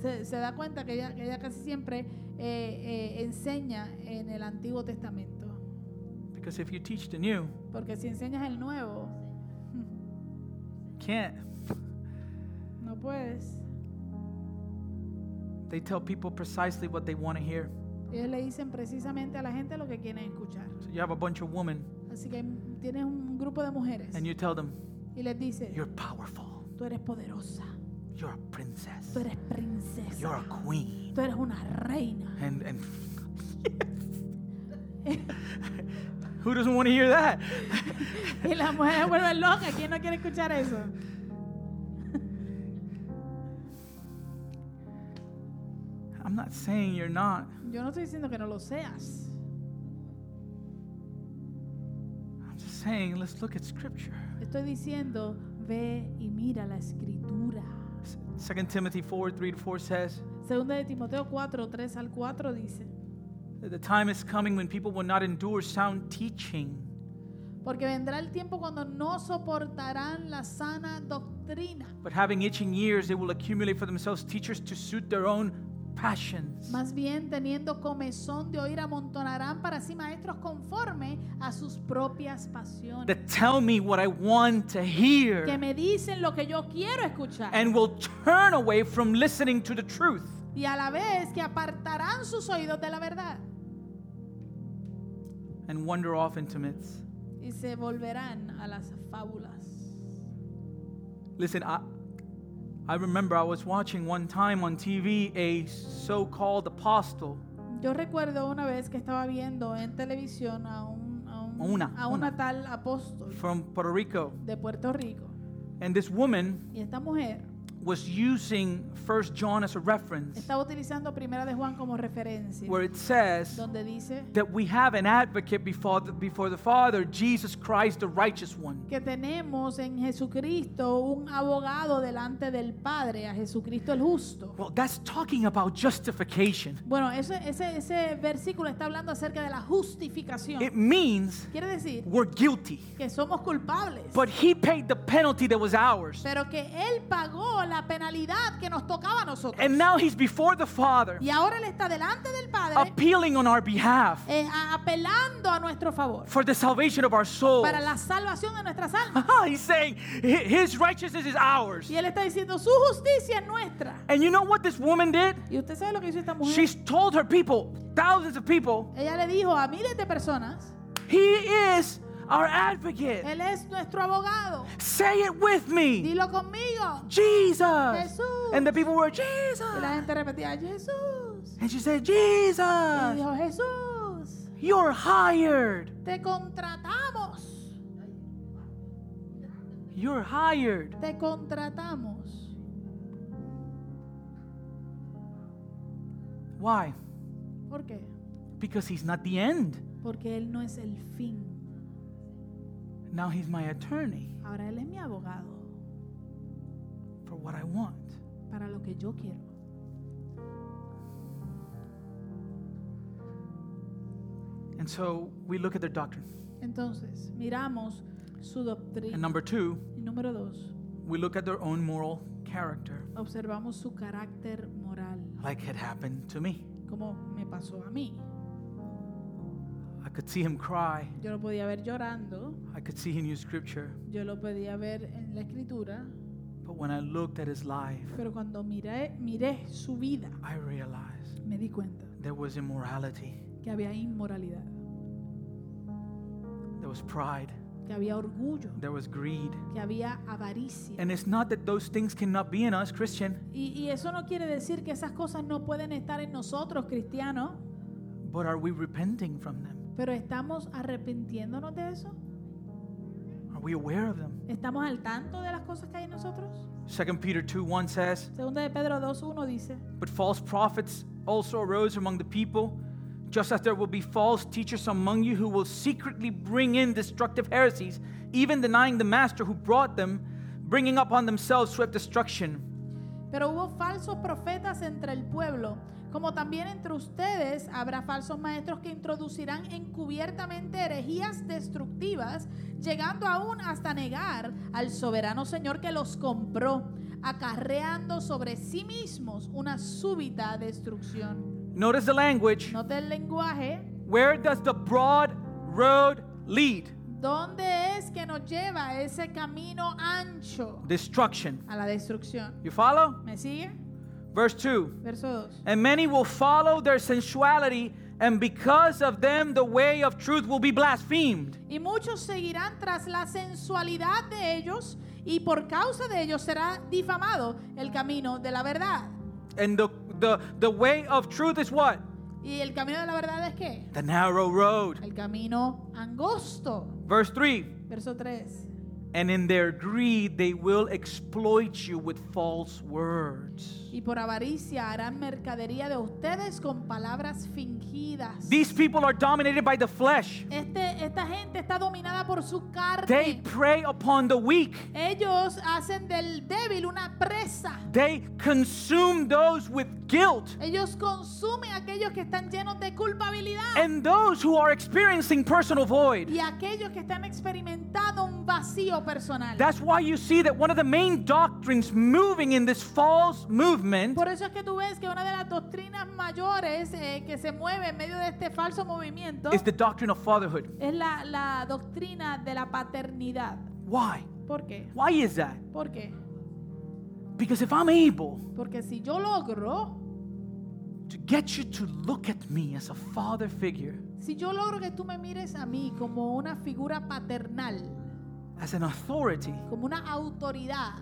B: Se, se da cuenta que ella, que ella casi siempre eh, eh, enseña en el Antiguo Testamento.
A: Because if you teach the new,
B: Porque si enseñas el nuevo,
A: you can't.
B: no puedes.
A: They tell people precisely what they want to hear.
B: Ellos le dicen precisamente a la gente lo que quieren escuchar.
A: So you have a bunch of women
B: Así que m- tienes un grupo de mujeres
A: and you tell them,
B: y les dice,
A: You're powerful.
B: tú eres poderosa,
A: You're a princess.
B: tú eres
A: You're a
B: princesa,
A: queen.
B: tú eres una reina. *laughs*
A: And, *laughs* and who doesn't want to hear that?
B: Y las mujeres vuelven locas, ¿quién no quiere escuchar eso?
A: I'm not saying you're not.
B: Yo no estoy diciendo que no lo seas.
A: I'm just saying, let's look at scripture.
B: Estoy diciendo, ve y mira la escritura.
A: 2 Timothy 4 3 to 4 says,
B: Segunda de Timoteo 4, 3 al 4 dice,
A: that The time is coming when people will not endure sound teaching,
B: porque vendrá el tiempo cuando no soportarán la sana doctrina.
A: but having itching ears, they will accumulate for themselves teachers to suit their own passions.
B: Más bien, teniendo comezón de oír, amontonarán para sí maestros conforme a sus propias pasiones.
A: That tell me what I want to hear
B: Que me dicen lo que yo quiero escuchar.
A: and will turn away from listening to the truth.
B: y a la vez que apartarán sus oídos de la verdad
A: and wander off into myths.
B: y se volverán a las fábulas.
A: Listen, I, I remember I was watching one time on TV a so called apostle.
B: Yo recuerdo una vez que estaba viendo en televisión a un, a un-
A: A una,
B: a una
A: una.
B: tal apóstol
A: from Puerto Rico.
B: de Puerto Rico
A: And this woman
B: y esta mujer
A: was using First John as a reference,
B: estaba utilizando Primera de Juan como referencia,
A: where it says
B: donde dice
A: that we have an advocate before the, before the Father, Jesus Christ, the righteous one.
B: que tenemos en Jesucristo un abogado delante del Padre, a Jesucristo el justo.
A: Well, that's talking about justification.
B: Bueno, ese, ese, ese versículo está hablando acerca de la justificación.
A: It means
B: Quiere decir
A: we're guilty,
B: que somos culpables,
A: but He paid the penalty that was ours.
B: pero que Él pagó la penalidad que nos tocaba a nosotros.
A: And now He's before the Father,
B: Y ahora Él está delante del Padre
A: appealing on our behalf
B: eh, a- apelando a nuestro favor
A: for the salvation of our soul. *laughs* Ah,
B: para la salvación de nuestras almas.
A: He's saying "Hi- His righteousness is ours.
B: Y Él está diciendo, su justicia es nuestra.
A: And you know what this woman did?
B: Y usted sabe lo que hizo esta mujer.
A: She's told her people, thousands of people,
B: Ella le dijo a miles de este personas,
A: He is our advocate.
B: Él es nuestro abogado.
A: Say it with me
B: Dilo conmigo.
A: Jesus.
B: Jesús.
A: And the people were,
B: Y la
A: Jesus.
B: gente repetía, Jesús.
A: And she said,
B: Y
A: Jesus,
B: dijo, Jesús,
A: you're hired.
B: te contratamos.
A: You're hired.
B: Te contratamos.
A: Why?
B: ¿Por qué?
A: Because He's not the end.
B: Porque Él no es el fin.
A: Now He's my attorney
B: Ahora Él es mi abogado
A: for what I want.
B: para lo que yo quiero.
A: And so we look at their doctrine.
B: Entonces, miramos su
A: And
B: doctrina.
A: number two,
B: Y número dos,
A: we look at their own moral character,
B: observamos su carácter moral,
A: like it happened to me.
B: como me pasó a mí.
A: I could see him cry.
B: Yo lo podía ver llorando,
A: I could see him use scripture.
B: yo lo podía ver en la escritura,
A: But when I looked at his life,
B: pero cuando miré, miré su vida,
A: I realized
B: me di cuenta
A: there was immorality,
B: que había inmoralidad,
A: there was pride,
B: que había orgullo,
A: there was greed.
B: que había avaricia.
A: And it's not that those things cannot be in us, Christian,
B: Y, y eso no quiere decir que esas cosas no pueden estar en nosotros, cristianos,
A: but are we repenting from them?
B: pero estamos arrepintiéndonos de eso.
A: Are we aware of them?
B: ¿Estamos al tanto de las cosas que hay en nosotros?
A: 2 Peter 2 1 says,
B: Segunda de Pedro 2.1 dice,
A: But false prophets also arose among the people, just as there will be false teachers among you who will secretly bring in destructive heresies, even denying the master who brought them, bringing upon themselves swift destruction.
B: Pero hubo falsos profetas entre el pueblo, como también entre ustedes habrá falsos maestros que introducirán encubiertamente herejías destructivas, llegando aún hasta negar al soberano Señor que los compró, acarreando sobre sí mismos una súbita destrucción.
A: Notice the language.
B: Note el lenguaje.
A: Where does the broad road lead?
B: ¿Dónde es que nos lleva ese camino ancho
A: Destruction.
B: a la destrucción?
A: You follow?
B: ¿Me sigue?
A: Verse 2.
B: Verso 2.
A: And many will follow their sensuality, and because of them the way of truth will be blasphemed.
B: Y muchos seguirán tras la sensualidad de ellos y por causa de ellos será difamado el camino de la verdad.
A: And the, the, the way of truth is what?
B: ¿Y el camino de la verdad es qué?
A: The narrow road.
B: El camino angosto.
A: Verse 3.
B: Verso 3.
A: And in their greed they will exploit you with false words.
B: Y por avaricia harán mercadería de ustedes con palabras fingidas.
A: These people are dominated by the flesh.
B: Este, esta gente está dominada por su
A: They
B: carne.
A: prey upon the weak.
B: Ellos hacen del débil una presa.
A: They consume those with guilt.
B: Ellos consumen a aquellos que están llenos de culpabilidad.
A: and those who are experiencing personal void.
B: y aquellos que están experimentando un vacío personal.
A: That's why you see that one of the main doctrines moving in this false movement
B: Por eso es que tú ves que una de las doctrinas mayores eh, que se mueve en medio de este falso movimiento
A: is the doctrine of fatherhood.
B: es la, la doctrina de la paternidad.
A: Why?
B: ¿Por qué?
A: Why is that?
B: ¿Por qué?
A: Because if I'm able
B: Porque si yo logro
A: to get you to look at me as a father figure,
B: Si yo logro que tú me mires a mí como una figura paternal,
A: as an authority,
B: como una autoridad,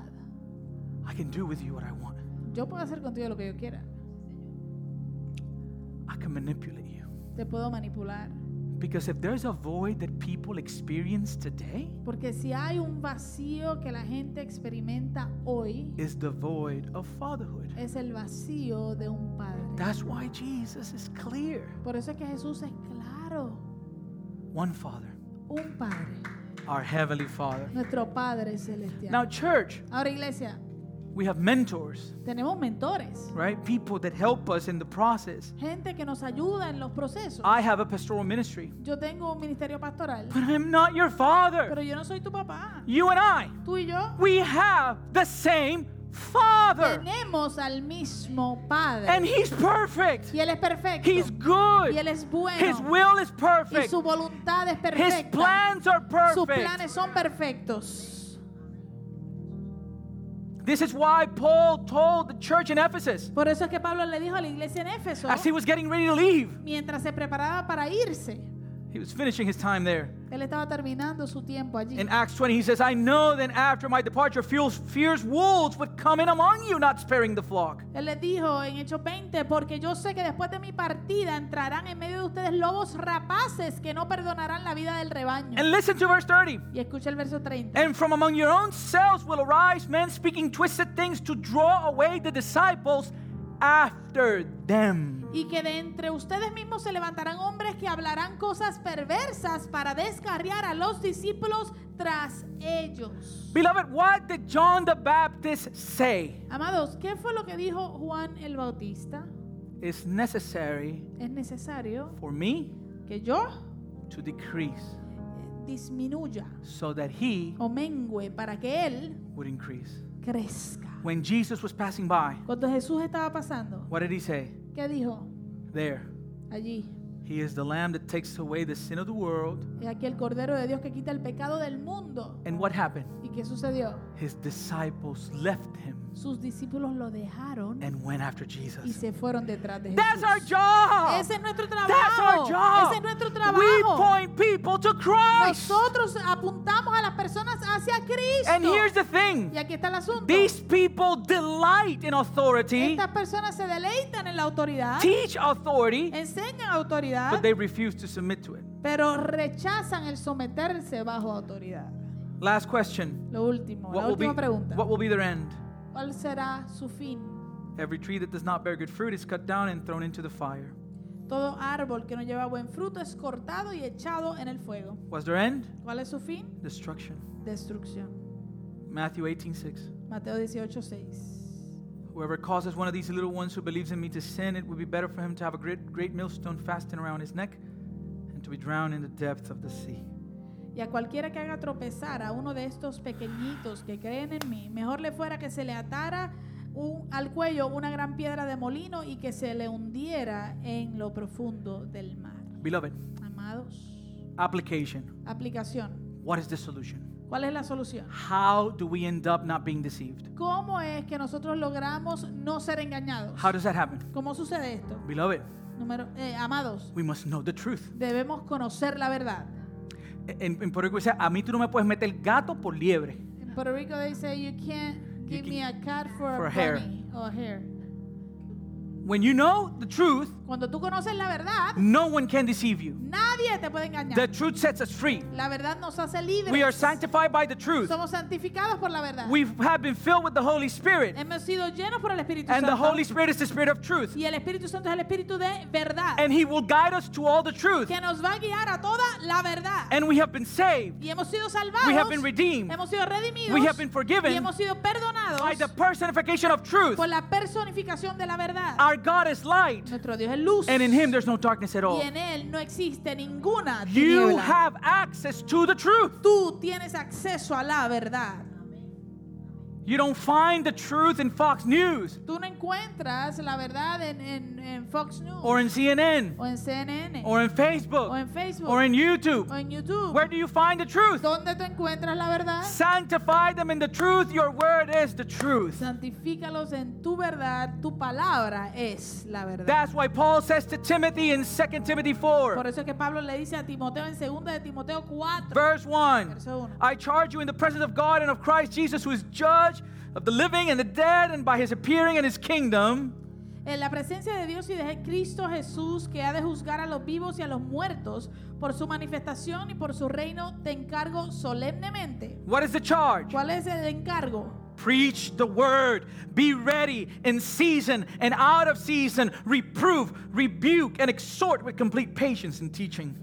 A: I can do with you what I want.
B: yo puedo hacer contigo lo que yo quiera.
A: I can manipulate you.
B: Te puedo manipular.
A: Because if there's a void that people experience today,
B: Porque si hay un vacío que la gente experimenta hoy,
A: is the void of fatherhood.
B: es el vacío de un padre.
A: That's why Jesus is clear.
B: Por eso es que Jesús es claro,
A: One Father,
B: un padre,
A: our Heavenly Father.
B: nuestro Padre
A: Now,
B: celestial.
A: church,
B: Ahora iglesia,
A: we have mentors,
B: tenemos mentores,
A: right? People that help us in the process.
B: gente que nos ayuda en los procesos.
A: I have a pastoral ministry,
B: Yo tengo un ministerio pastoral,
A: but I'm not your father.
B: pero yo no soy tu papá.
A: You and I,
B: Tú y yo
A: we have the same Father,
B: tenemos al mismo Padre.
A: and He's perfect.
B: Y Él es perfecto.
A: He's
B: Y Él
A: good.
B: es
A: His
B: bueno.
A: will is
B: Y
A: perfect.
B: su voluntad es
A: His
B: perfecta.
A: plans are
B: Sus
A: perfect.
B: planes son perfectos.
A: This is why Paul told the church in Ephesus
B: Por eso es que Pablo le dijo a la iglesia en Éfeso,
A: as he was getting ready to leave,
B: mientras se preparaba para irse,
A: he was finishing his time there.
B: él estaba terminando su tiempo allí.
A: In Acts 20, he says, I know then after my departure, fierce, fierce wolves would come in among you, not sparing the flock.
B: Él les dijo en Hechos 20, porque yo sé que después de mi partida entrarán en medio de ustedes lobos rapaces que no perdonarán la vida del rebaño.
A: And listen to verse 30.
B: Y escucha el verso 30.
A: And from among your own selves will arise men speaking twisted things to draw away the disciples after them.
B: Y que de entre ustedes mismos se levantarán hombres que hablarán cosas perversas para descarriar a los discípulos tras ellos.
A: Beloved, what did John the Baptist say?
B: Amados, ¿qué fue lo que dijo Juan el Bautista?
A: It's necessary
B: Es necesario
A: for me
B: que yo eh,
A: to decrease
B: disminuya
A: so that he
B: o mengüe para que él
A: would increase.
B: crezca.
A: When Jesus was passing by,
B: Cuando Jesús estaba pasando,
A: what did he say?
B: ¿qué dijo?
A: There,
B: Allí,
A: he is the lamb that takes away the sin of the world.
B: he aquí el Cordero de Dios que quita el pecado del mundo.
A: And what happened?
B: ¿Y qué sucedió?
A: His disciples left him
B: Sus discípulos lo dejaron
A: and went after
B: y
A: Jesus.
B: se fueron detrás de
A: That's our
B: Jesús.
A: job.
B: Ese es nuestro
A: That's our
B: trabajo.
A: job.
B: Ese es nuestro
A: We
B: trabajo.
A: point people to Christ.
B: Nosotros apuntamos a las personas hacia
A: And here's the
B: Cristo.
A: thing
B: Y aquí está el asunto.
A: these people delight in authority,
B: Estas personas se deleitan en la autoridad,
A: teach authority,
B: enseñan autoridad,
A: but they refuse to submit to it.
B: pero rechazan el someterse bajo autoridad.
A: Last question
B: Lo último,
A: What
B: la
A: will be,
B: última pregunta.
A: what will be their end?
B: ¿Cuál será su fin?
A: Every tree that does not bear good fruit is cut down and thrown into the fire.
B: Todo árbol que no lleva buen fruto es cortado y echado en el fuego.
A: What's their end?
B: ¿Cuál es su fin?
A: Destruction.
B: Destrucción.
A: Matthew 18:6.
B: Mateo 18, 6.
A: Whoever causes one of these little ones who believes in me to sin, it would be better for him to have a great, great millstone fastened around his neck and to be drowned in the depth of the sea.
B: Y a cualquiera que haga tropezar a uno de estos pequeñitos que creen en mí, mejor le fuera que se le atara un- al cuello una gran piedra de molino y que se le hundiera en lo profundo del mar.
A: Beloved,
B: Amados,
A: application.
B: aplicación.
A: What is the solution?
B: ¿Cuál es la solución?
A: How do we end up not being deceived?
B: ¿Cómo es que nosotros logramos no ser engañados?
A: How does that happen?
B: ¿Cómo sucede esto?
A: Beloved,
B: Número, eh, amados,
A: we must know the truth.
B: debemos conocer la verdad.
A: En, en Puerto Rico dice, a mí tú no me puedes meter gato por liebre.
B: En Puerto Rico they say you can't give me a cat for,
A: for
B: a
A: a hair."
B: bunny or a hair.
A: When you know the truth,
B: Cuando tú conoces la verdad,
A: no one can deceive you.
B: nadie te puede
A: The
B: engañar.
A: truth sets us free.
B: La verdad nos hace libres.
A: We are sanctified by the truth.
B: Somos santificados por la verdad.
A: We have been filled with the Holy Spirit.
B: Hemos sido llenos por el Espíritu
A: And the
B: Santo.
A: Holy Spirit is the Spirit of truth.
B: y el Espíritu Santo es el Espíritu de verdad.
A: And He will guide us to all the truth.
B: que nos va a guiar a toda la verdad.
A: And we have been saved
B: y hemos sido salvados.
A: We have been redeemed.
B: Hemos sido redimidos.
A: We have been forgiven
B: y hemos sido perdonados
A: by the personification of truth.
B: por la personificación de la verdad.
A: Our God is light,
B: Nuestro Dios es luz.
A: and in Him there's no darkness at
B: y
A: all.
B: en Él no existe ninguna
A: You
B: tiniebla.
A: have access to the truth.
B: Tú tienes acceso a la verdad.
A: You don't find the truth in Fox News
B: Tú no encuentras la verdad en, en- en Fox News
A: or in CNN
B: o en CNN
A: or in
B: o
A: Facebook
B: en Facebook
A: or in YouTube.
B: o en YouTube.
A: Where do you find the truth?
B: ¿Dónde tú encuentras la verdad?
A: Sanctify them in the truth. Your word is the truth.
B: Santifícalos en tu verdad, tu palabra es la verdad.
A: That's why Paul says to Timothy in 2 Timothy
B: Por
A: 4,
B: eso es que Pablo le dice a Timoteo en 2 de Timoteo 4,
A: verse 1
B: verso 1.
A: I charge you in the presence of God and of Christ Jesus, who is judge of the living and the dead, and by his appearing in his kingdom,
B: En la presencia de Dios y de Cristo Jesús, que ha de juzgar a los vivos y a los muertos, por su manifestación y por su reino, te encargo solemnemente.
A: what is the charge?
B: ¿Cuál es el encargo?
A: Preach the word. Be ready in season and out of season. Reprove, rebuke, and exhort with complete patience and teaching.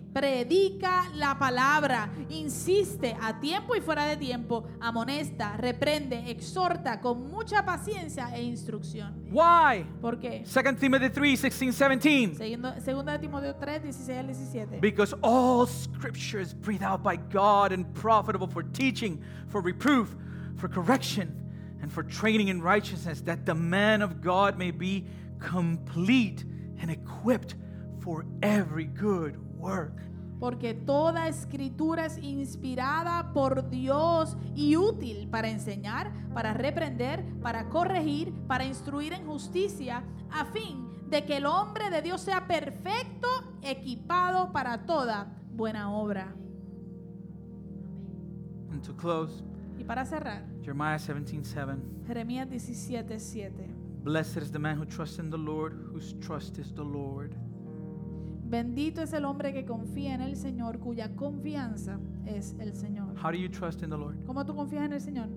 B: Predica la palabra, insiste a tiempo y fuera de tiempo, amonesta, reprende, exhorta con mucha paciencia e instrucción.
A: Why?
B: ¿Por qué?
A: 2 Timothy 3 16, 17.
B: Segundo, segunda de Timoteo 3, 16 al 17.
A: Because all scripture is breathed out by God and profitable for teaching, for reproof, for correction, and for training in righteousness, that the man of God may be complete and equipped for every good work.
B: Porque toda escritura es inspirada por Dios y útil para enseñar, para reprender, para corregir, para instruir en justicia, a fin de que el hombre de Dios sea perfecto, equipado para toda buena obra.
A: And to close,
B: Y para cerrar,
A: Jeremiah 17 7.
B: Jeremías 17, 7.
A: Blessed is the man who trusts in the Lord, whose trust is the Lord.
B: Bendito es el hombre que confía en el Señor, cuya confianza es el Señor.
A: How do you trust in the Lord?
B: ¿Cómo tú confías en el Señor?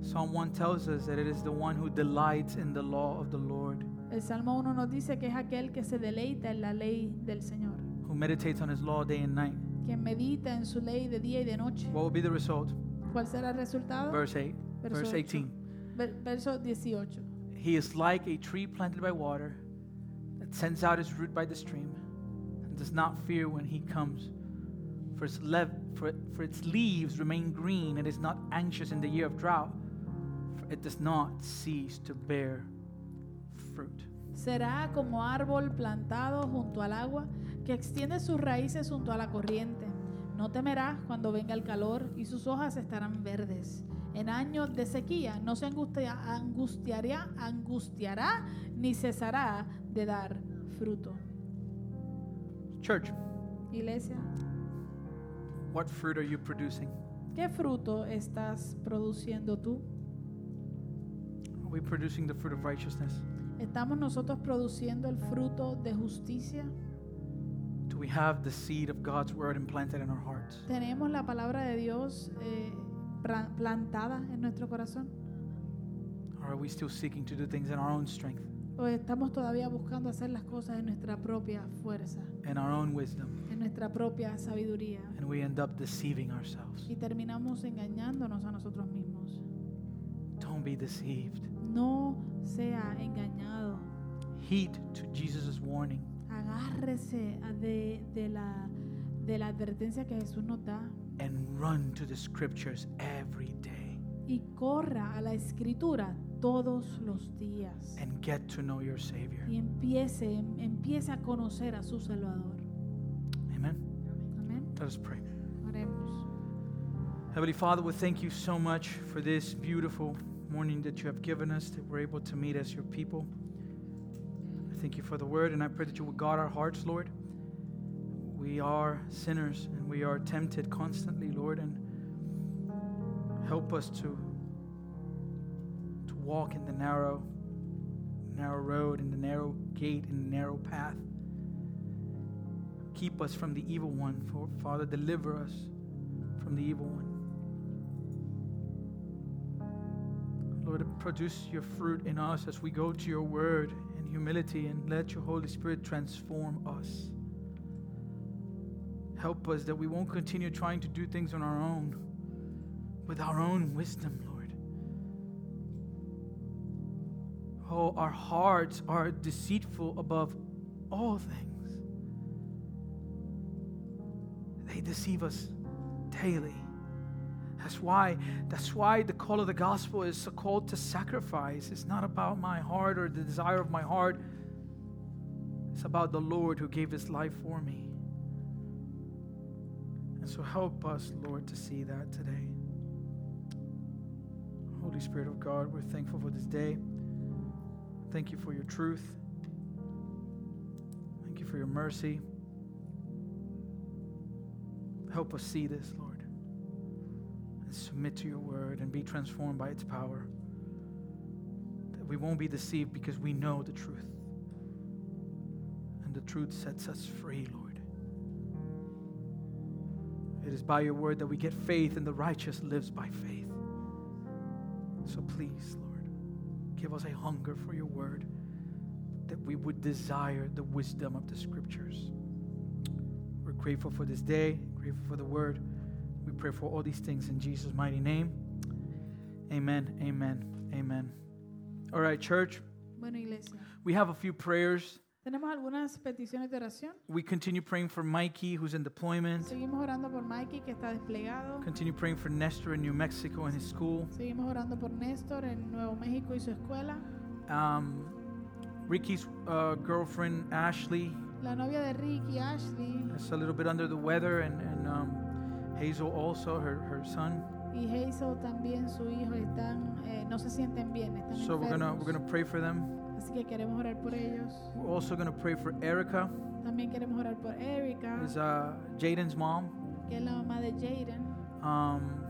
A: Psalm 1 tells us that it is the one who delights in the law of the Lord,
B: El Salmo 1 nos dice que es aquel que se deleita en la ley del Señor,
A: who meditates on his law day and night.
B: que medita en su ley de día y de noche.
A: What will be the result?
B: ¿Cuál será el resultado?
A: Verse 8,
B: Verso
A: verse
B: ocho.
A: 18.
B: Ver- Verso 18.
A: He is like a tree planted by water that sends out its root by the stream and does not fear when he comes. For its, lev- for, for its leaves remain green and is not anxious in the year of drought, for it does not cease to bear fruit.
B: Será como árbol plantado junto al agua, que extiende sus raíces junto a la corriente. No temerá cuando venga el calor y sus hojas estarán verdes. En años de sequía no se angustia- angustiará, angustiará ni cesará de dar fruto.
A: Church,
B: Iglesia,
A: what fruit are you producing?
B: ¿Qué fruto estás produciendo tú?
A: Are we producing the fruit of righteousness?
B: ¿Estamos nosotros produciendo el fruto de justicia?
A: Do we have the seed of God's word implanted in our hearts?
B: ¿Tenemos la palabra de Dios eh, pra- plantada en nuestro corazón?
A: Or are we still seeking to do things in our own strength,
B: ¿O estamos todavía buscando hacer las cosas en nuestra propia fuerza,
A: in our own wisdom,
B: en nuestra propia sabiduría?
A: and we end up deceiving ourselves?
B: Y terminamos engañándonos a nosotros mismos.
A: Don't be deceived.
B: No sea engañado.
A: Heed to Jesus' warning.
B: Agárrese a de, de la, de la advertencia que Jesús nos da.
A: and run to the scriptures every day
B: y corra a la escritura todos los días
A: and get to know your Savior.
B: y empiece em- empiece a conocer a su Salvador.
A: Amen.
B: Amén.
A: Let us pray.
B: Oremos.
A: Heavenly Father, we thank you so much for this beautiful morning that you have given us, that we're able to meet as your people. I thank you for the word, and I pray that you will guard our hearts, Lord. We are sinners and we are tempted constantly, Lord, and help us to, to walk in the narrow, narrow road, in the narrow gate, in the narrow path. Keep us from the evil one, for Father, deliver us from the evil one. Lord, produce your fruit in us as we go to your word in humility and let your Holy Spirit transform us. Help us that we won't continue trying to do things on our own with our own wisdom, Lord. Oh, our hearts are deceitful above all things, they deceive us daily. That's why, that's why the call of the gospel is a call to sacrifice. It's not about my heart or the desire of my heart. It's about the Lord who gave his life for me. And so help us, Lord, to see that today. Holy Spirit of God, we're thankful for this day. Thank you for your truth. Thank you for your mercy. Help us see this, Lord, and submit to your word and be transformed by its power. That we won't be deceived because we know the truth. And the truth sets us free, Lord. It is by your word that we get faith, and the righteous lives by faith. So please, Lord, give us a hunger for your word that we would desire the wisdom of the scriptures. We're grateful for this day, grateful for the word. We pray for all these things in Jesus' mighty name. Amen, amen, amen. All right, church,
B: Bueno, iglesia,
A: we have a few prayers.
B: tenemos algunas peticiones de oración.
A: We continue praying for Mikey, who's in deployment.
B: Seguimos orando por Mikey, que está desplegado.
A: Continue praying for Nestor in New Mexico and his school.
B: Seguimos orando por Néstor en Nuevo México y su escuela.
A: Um, Ricky's uh, girlfriend, Ashley,
B: La novia de Ricky, Ashley,
A: is a little bit under the weather, and, and um, Hazel also, her, her son.
B: y Hazel también, su hijo, están, eh, no se sienten bien, están
A: So we're gonna we're
B: enfermos.
A: gonna pray for them.
B: Así que queremos orar por ellos.
A: We're also gonna pray for Erica,
B: También queremos orar por Erika,
A: is uh, Jaden's mom.
B: que es la mamá de Jaden.
A: Um,